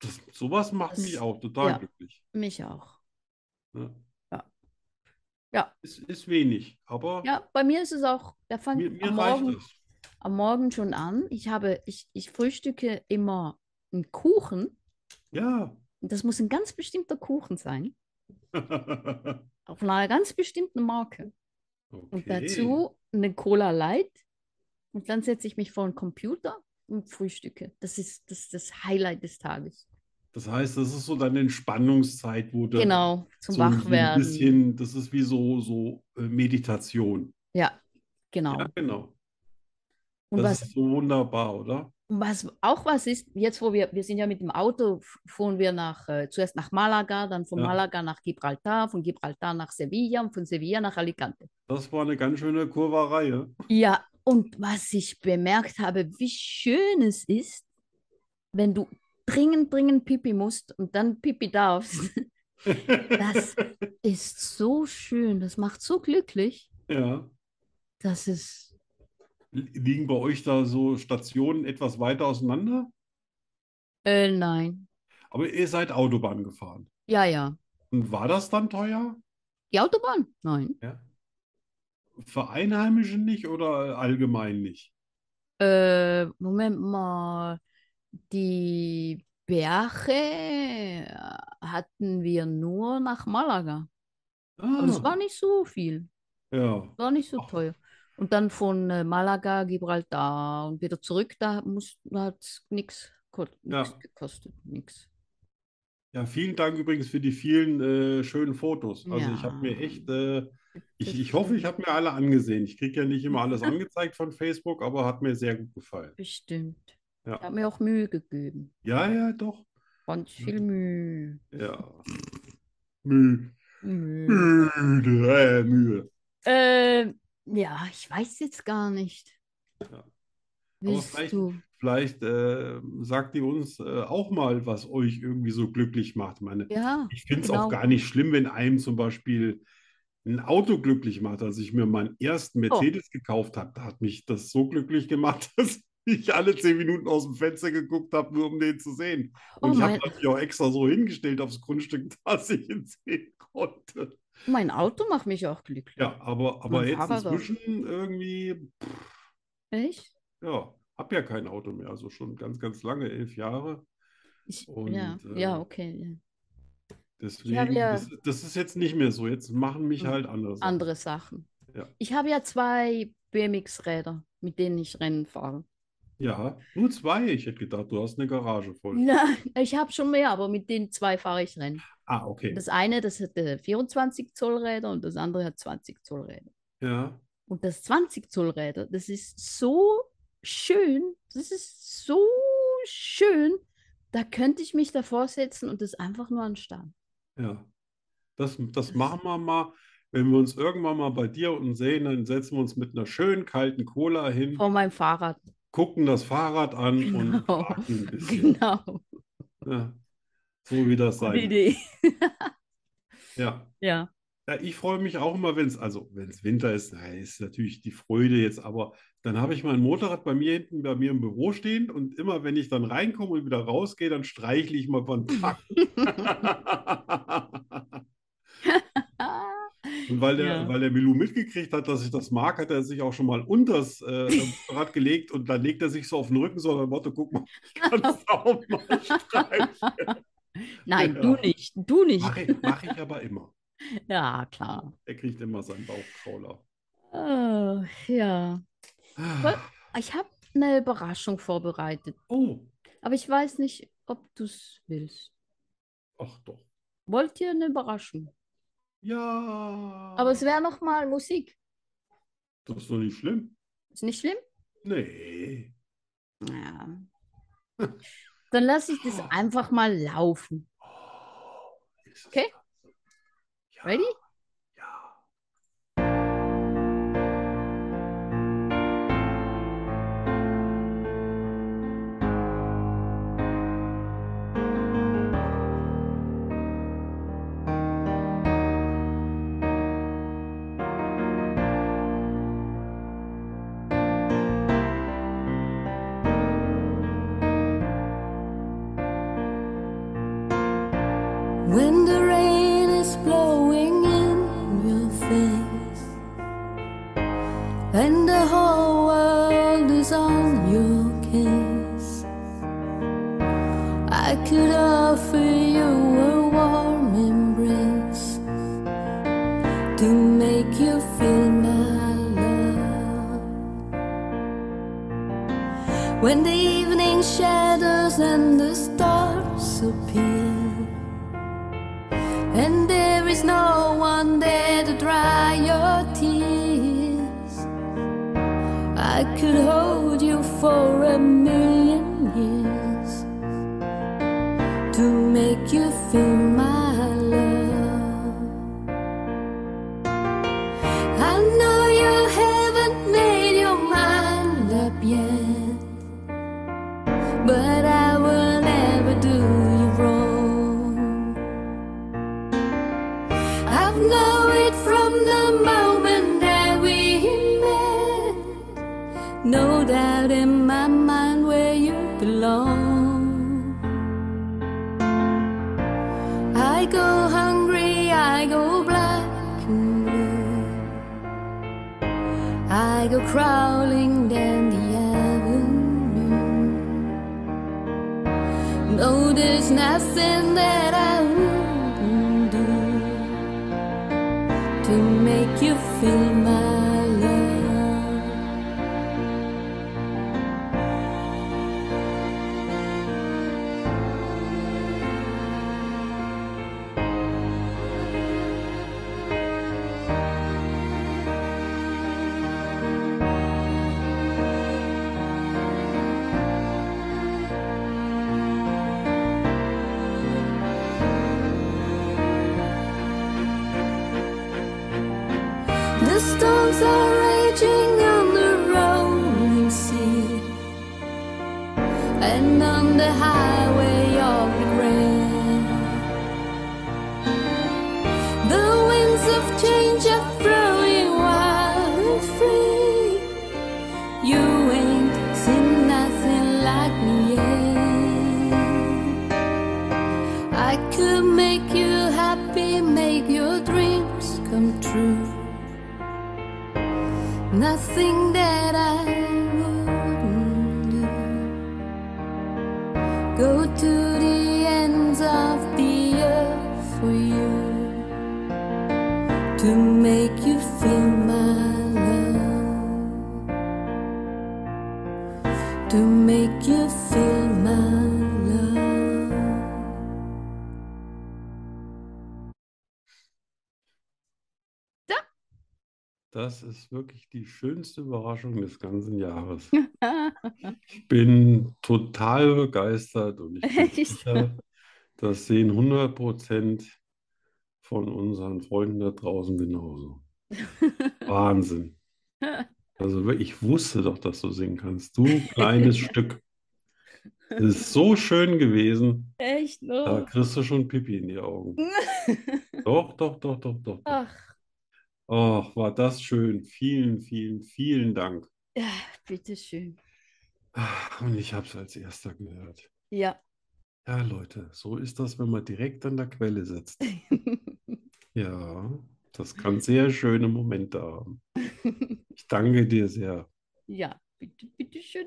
Speaker 1: das, sowas macht
Speaker 2: Das-
Speaker 1: mich auch total
Speaker 2: ja.
Speaker 1: glücklich.
Speaker 2: mich auch.
Speaker 1: Ne?
Speaker 2: Ja. Ja.
Speaker 1: Es ist wenig, aber
Speaker 2: Ja, bei mir ist es auch, da fängt
Speaker 1: mir, mir
Speaker 2: am
Speaker 1: reicht
Speaker 2: Morgen,
Speaker 1: das.
Speaker 2: am Morgen schon an. Ich habe, ich, ich frühstücke immer einen Kuchen.
Speaker 1: Ja.
Speaker 2: Und Das muss ein ganz bestimmter Kuchen sein. Auf einer ganz bestimmten Marke. Und
Speaker 1: Okay.
Speaker 2: dazu eine Cola Light. Und dann setze ich mich vor den Computer und frühstücke. Das ist das, ist das Highlight des Tages.
Speaker 1: Das heißt, das ist so deine Entspannungszeit, wo du
Speaker 2: Genau, zum
Speaker 1: so ein
Speaker 2: Wachwerden.
Speaker 1: bisschen, das ist wie so, so äh, Meditation.
Speaker 2: Ja, genau.
Speaker 1: Ja, genau.
Speaker 2: Und
Speaker 1: das
Speaker 2: was,
Speaker 1: ist so wunderbar, oder?
Speaker 2: Und Was auch was ist, jetzt wo wir, wir sind ja mit dem Auto, f- fuhren wir nach, äh, zuerst nach Malaga, dann von
Speaker 1: Ja.
Speaker 2: Malaga nach Gibraltar, von Gibraltar nach Sevilla und von Sevilla nach Alicante.
Speaker 1: Das war eine ganz schöne Kurverei. ja?
Speaker 2: Ja, und was ich bemerkt habe, wie schön es ist, wenn du dringend, dringend Pipi musst und dann Pipi darfst. Das ist so schön, das macht so glücklich,
Speaker 1: ja.
Speaker 2: dass es,
Speaker 1: Liegen bei euch da so Stationen etwas weiter auseinander?
Speaker 2: äh, nein,
Speaker 1: Aber ihr seid Autobahn gefahren.
Speaker 2: ja, ja.
Speaker 1: Und war das dann teuer?
Speaker 2: Die Autobahn? Nein.
Speaker 1: Für Einheimische nicht oder allgemein nicht?
Speaker 2: Äh, Moment mal. Die Berge äh, hatten wir nur nach Malaga. Und es
Speaker 1: Ah,
Speaker 2: war nicht so viel,
Speaker 1: ja.
Speaker 2: war nicht so
Speaker 1: Ach.
Speaker 2: teuer. Und dann von äh, Malaga, Gibraltar und wieder zurück, da, muss- da hat es nichts
Speaker 1: Ja.
Speaker 2: gekostet. Nix.
Speaker 1: Ja, vielen Dank übrigens für die vielen äh, schönen Fotos. Also ich habe mir
Speaker 2: Ja.
Speaker 1: echt, äh, ich,
Speaker 2: Das
Speaker 1: ich hoffe, ich habe mir alle angesehen. Ich kriege ja nicht immer alles angezeigt von Facebook, aber hat mir sehr gut gefallen.
Speaker 2: Bestimmt.
Speaker 1: Ja.
Speaker 2: Ich habe mir auch Mühe gegeben.
Speaker 1: Ja, ja, doch.
Speaker 2: Ganz
Speaker 1: Mhm.
Speaker 2: viel Mühe.
Speaker 1: Ja. Mü
Speaker 2: Mühe.
Speaker 1: Hm. müde, äh, Mühe.
Speaker 2: Ähm, ja, ich weiß jetzt gar nicht.
Speaker 1: Ja.
Speaker 2: Willst
Speaker 1: vielleicht-
Speaker 2: du?
Speaker 1: Vielleicht äh, sagt ihr uns äh, auch mal, was euch irgendwie so glücklich macht. Ich meine,
Speaker 2: Ja,
Speaker 1: Ich finde es auch
Speaker 2: Genau.
Speaker 1: gar nicht schlimm, wenn einem zum Beispiel ein Auto glücklich macht. Als ich mir meinen
Speaker 2: Oh.
Speaker 1: ersten Mercedes gekauft habe, da hat mich das so glücklich gemacht, dass ich alle zehn Minuten aus dem Fenster geguckt habe, nur um den zu sehen. Und
Speaker 2: Oh
Speaker 1: ich habe
Speaker 2: mein-
Speaker 1: natürlich auch extra so hingestellt aufs Grundstück, dass ich ihn sehen konnte.
Speaker 2: mein Auto macht mich auch glücklich.
Speaker 1: halt Ja, aber, aber
Speaker 2: Mein
Speaker 1: jetzt
Speaker 2: Fahrrad auch.
Speaker 1: inzwischen irgendwie,
Speaker 2: Echt?
Speaker 1: ja, habe ja kein Auto mehr. Also schon ganz, ganz lange, elf Jahre.
Speaker 2: Ich,
Speaker 1: Und,
Speaker 2: ja,
Speaker 1: äh,
Speaker 2: ja, okay. Ja.
Speaker 1: Deswegen,
Speaker 2: ja-
Speaker 1: das, das ist jetzt nicht mehr so. Jetzt machen mich
Speaker 2: Mhm.
Speaker 1: halt andere Sachen.
Speaker 2: Andere Sachen.
Speaker 1: Ja.
Speaker 2: Ich habe ja zwei BMX-Räder, mit denen ich Rennen fahre.
Speaker 1: Ja, nur zwei. Ich hätte gedacht, du hast eine Garage voll.
Speaker 2: Na, ich habe schon mehr, aber mit den zwei fahre ich Rennen.
Speaker 1: Ah, okay.
Speaker 2: Das eine, das hat äh, 24 Zoll Räder und das andere hat 20 Zoll Räder.
Speaker 1: Ja,
Speaker 2: Und das 20 Zoll Räder, das ist so schön, das ist so schön, da könnte ich mich davor setzen und das einfach nur anstarren.
Speaker 1: ja. Das, das machen wir mal. Wenn wir uns irgendwann mal bei dir unten sehen, dann setzen wir uns mit einer schönen kalten Cola hin,
Speaker 2: Vor meinem Fahrrad.
Speaker 1: gucken das Fahrrad an und
Speaker 2: Genau.
Speaker 1: warten ein bisschen.
Speaker 2: Genau.
Speaker 1: Ja. So wie das
Speaker 2: Gute
Speaker 1: sein wird.
Speaker 2: Idee.
Speaker 1: Ja.
Speaker 2: Ja.
Speaker 1: Ja, ich freue mich auch immer, wenn es, also wenn es Winter ist, na, ist natürlich die Freude jetzt, aber dann habe ich mein Motorrad bei mir hinten, bei mir im Büro stehen und immer, wenn ich dann reinkomme und wieder rausgehe, dann streichle ich mal von Tag.
Speaker 2: Ah.
Speaker 1: Und weil der,
Speaker 2: Ja.
Speaker 1: weil der Milou mitgekriegt hat, dass ich das mag, hat er sich auch schon mal unters äh, Motorrad gelegt und dann legt er sich so auf den Rücken, so nach dem Motto, guck mal, ich kann es auch mal streicheln.
Speaker 2: Nein,
Speaker 1: Ja.
Speaker 2: du nicht. Du nicht.
Speaker 1: Mache ich, mach ich aber immer.
Speaker 2: Ja, klar.
Speaker 1: Er kriegt immer seinen Bauchkrauler.
Speaker 2: Oh, ja. Ich habe eine Überraschung vorbereitet,
Speaker 1: Ah, Oh,
Speaker 2: aber ich weiß nicht, ob du es willst.
Speaker 1: ach doch.
Speaker 2: Wollt ihr eine Überraschung?
Speaker 1: Ja.
Speaker 2: Aber es wäre nochmal Musik.
Speaker 1: Das ist doch nicht schlimm.
Speaker 2: Ist nicht schlimm?
Speaker 1: Nee.
Speaker 2: Ja. Dann lasse ich das einfach mal laufen.
Speaker 1: Ist es
Speaker 2: Okay.
Speaker 1: das? Oh, Ja,
Speaker 2: Ready?
Speaker 1: ja.
Speaker 5: When the rain is blowing in your face, and the whole world is on your case, I could offer you a warm embrace to make you feel my love. When the evening shadows and the stars appear. And there is no one there to dry your tears. I could hold you for a million years to make you feel my love. I know you haven't made your mind up yet, but I will never do you wrong. I've known it from the moment that we met. No doubt in my mind where you belong. I go hungry, I go black and blue. I go crawling down the avenue. No, there's nothing that I would waves are raging on the rolling sea and on the highway of regret. The winds of change are throwing wild and free. You ain't seen nothing like me yet. I could make you happy, make your dreams come true. Nothing that I wouldn't do. Go to the ends of the earth for you to make you feel my love. To make you feel my love.
Speaker 1: Das ist wirklich die schönste Überraschung des ganzen Jahres. Ich bin total begeistert und ich bin
Speaker 2: Echt?
Speaker 1: sicher, das sehen 100 Prozent von unseren Freunden da draußen genauso. Wahnsinn. Also wir- ich wusste doch, dass du singen kannst. Du kleines Stück. Es ist so schön gewesen.
Speaker 2: Echt?
Speaker 1: Da
Speaker 2: Oh.
Speaker 1: kriegst du schon Pipi in die Augen. Doch, doch, doch, doch, doch. doch.
Speaker 2: Ach,
Speaker 1: Ach, war das schön. Vielen, vielen, vielen Dank.
Speaker 2: ja, bitteschön.
Speaker 1: Ah, Und ich habe es als erster gehört.
Speaker 2: Ja.
Speaker 1: Ja, Leute, so ist das, wenn man direkt an der Quelle sitzt. Ja, das kann sehr schöne Momente haben. Ich danke dir sehr.
Speaker 2: ja, bitte, bitteschön.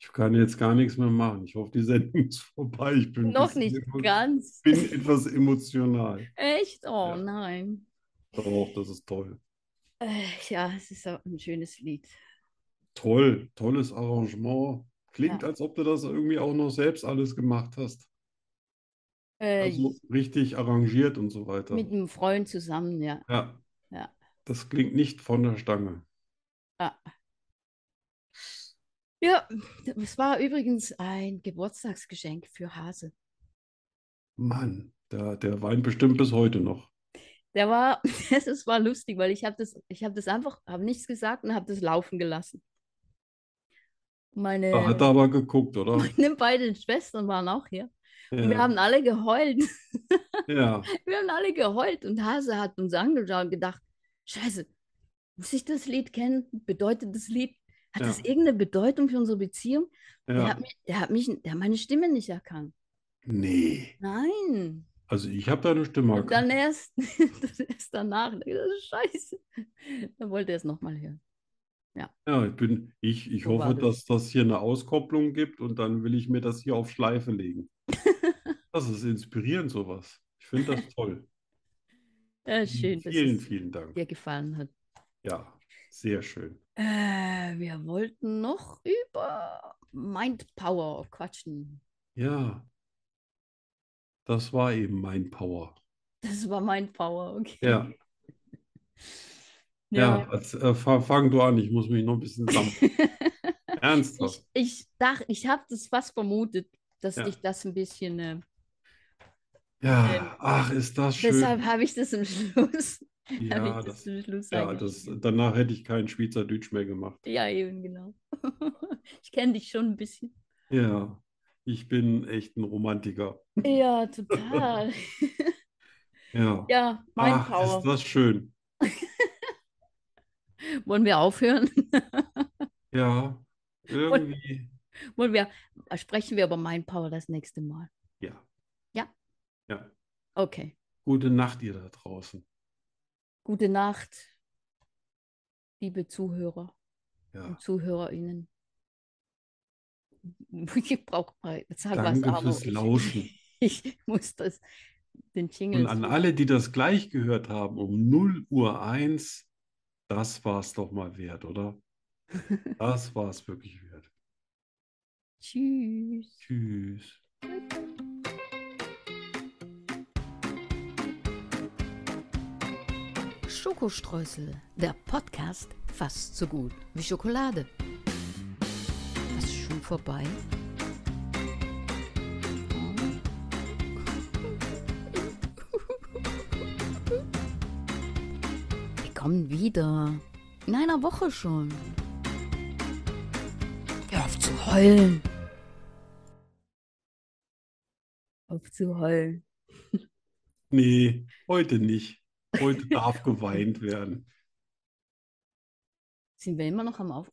Speaker 1: Ich kann jetzt gar nichts mehr machen. Ich hoffe, die Sendung ist vorbei. Ich bin ein
Speaker 2: Noch
Speaker 1: bisschen
Speaker 2: nicht
Speaker 1: emo-
Speaker 2: ganz.
Speaker 1: bin etwas emotional.
Speaker 2: Echt? Oh
Speaker 1: Ja.
Speaker 2: nein.
Speaker 1: Doch, das ist toll.
Speaker 2: Äh, ja, es ist auch ein schönes Lied.
Speaker 1: Toll, tolles Arrangement. Klingt,
Speaker 2: Ja.
Speaker 1: als ob du das irgendwie auch noch selbst alles gemacht hast.
Speaker 2: Äh,
Speaker 1: Also richtig arrangiert und so weiter.
Speaker 2: mit einem Freund zusammen, ja.
Speaker 1: Ja.
Speaker 2: Ja.
Speaker 1: Das klingt nicht von der Stange.
Speaker 2: Ja, es war übrigens ein Geburtstagsgeschenk für Hase.
Speaker 1: Mann, der, der weint bestimmt bis heute noch.
Speaker 2: Der war, es war lustig, weil ich habe das, ich habe das einfach, habe nichts gesagt und habe das laufen gelassen. Meine,
Speaker 1: Da hat er aber geguckt, oder?
Speaker 2: meine beiden Schwestern waren auch hier. Und wir
Speaker 1: Ja,
Speaker 2: haben alle geheult.
Speaker 1: ja.
Speaker 2: Wir haben alle geheult und Hase hat uns angeschaut und gedacht, Scheiße, muss ich das Lied kennen? Bedeutet das Lied, hat
Speaker 1: Ja.
Speaker 2: das irgendeine Bedeutung für unsere Beziehung? Der
Speaker 1: ja.
Speaker 2: hat mich, der hat mich, der hat meine Stimme nicht erkannt.
Speaker 1: Nee,
Speaker 2: Nein.
Speaker 1: also ich habe da eine Stimme
Speaker 2: Und dann
Speaker 1: erkannt.
Speaker 2: erst, dann erst danach. Das ist scheiße. Dann wollte er es nochmal hören.
Speaker 1: Ja, ich bin, ich, ich
Speaker 2: So war
Speaker 1: hoffe, dass
Speaker 2: das.
Speaker 1: das hier eine Auskopplung gibt und dann will ich mir das hier auf Schleife legen. Das ist inspirierend, sowas. Ich finde das toll.
Speaker 2: Äh, schön, dass
Speaker 1: Mhm. Vielen,
Speaker 2: es
Speaker 1: vielen Dank.
Speaker 2: dir gefallen hat.
Speaker 1: Ja, sehr schön.
Speaker 2: Äh, wir wollten noch über Mind Power quatschen.
Speaker 1: Ja, das war eben mein Power.
Speaker 2: Das war Mind Power, okay.
Speaker 1: Ja, ja, als, äh, fa- fang du an, ich muss mich noch ein bisschen sammeln. Ernsthaft?
Speaker 2: Ich, ich dachte, ich habe das fast vermutet, dass
Speaker 1: Ja.
Speaker 2: dich das ein bisschen. Äh,
Speaker 1: Ja,
Speaker 2: Ähm,
Speaker 1: ach, ist das schön.
Speaker 2: deshalb habe ich das im Schluss. hab
Speaker 1: ja,
Speaker 2: ich das,
Speaker 1: das,
Speaker 2: zum Schluss
Speaker 1: ja, das,
Speaker 2: eingeschrieben.
Speaker 1: danach hätte ich keinen Schweizerdeutsch mehr gemacht.
Speaker 2: ja, eben, genau. ich kenne dich schon ein bisschen.
Speaker 1: Ja, ich bin echt ein Romantiker.
Speaker 2: Ja, total.
Speaker 1: Ja,
Speaker 2: ja, mein
Speaker 1: ach, ist
Speaker 2: Power.
Speaker 1: das schön.
Speaker 2: Wollen wir aufhören?
Speaker 1: Ja, irgendwie,
Speaker 2: Wollen wir, äh, sprechen wir über mein Power das nächste Mal.
Speaker 1: ja.
Speaker 2: Ja.
Speaker 1: Ja,
Speaker 2: Okay.
Speaker 1: gute Nacht, ihr da draußen.
Speaker 2: Gute Nacht, liebe Zuhörer
Speaker 1: Ja,
Speaker 2: und ZuhörerInnen. Ich brauche mal, sag was,
Speaker 1: danke
Speaker 2: Arno.
Speaker 1: fürs
Speaker 2: Ich-
Speaker 1: Lauschen.
Speaker 2: Ich muss das, den Jingle
Speaker 1: Und an
Speaker 2: suchen.
Speaker 1: alle, die das gleich gehört haben, um 0 Uhr 1, das war's doch mal wert, oder? Das war's wirklich wert.
Speaker 2: Tschüss.
Speaker 1: Tschüss.
Speaker 3: Schokostreusel, der Podcast fast so gut wie Schokolade. Was ist schon vorbei? Wir kommen wieder.
Speaker 2: In einer Woche schon. Hör auf zu heulen. Auf zu heulen.
Speaker 1: Nee, heute nicht. Heute darf geweint werden.
Speaker 2: Sind wir immer noch am Auf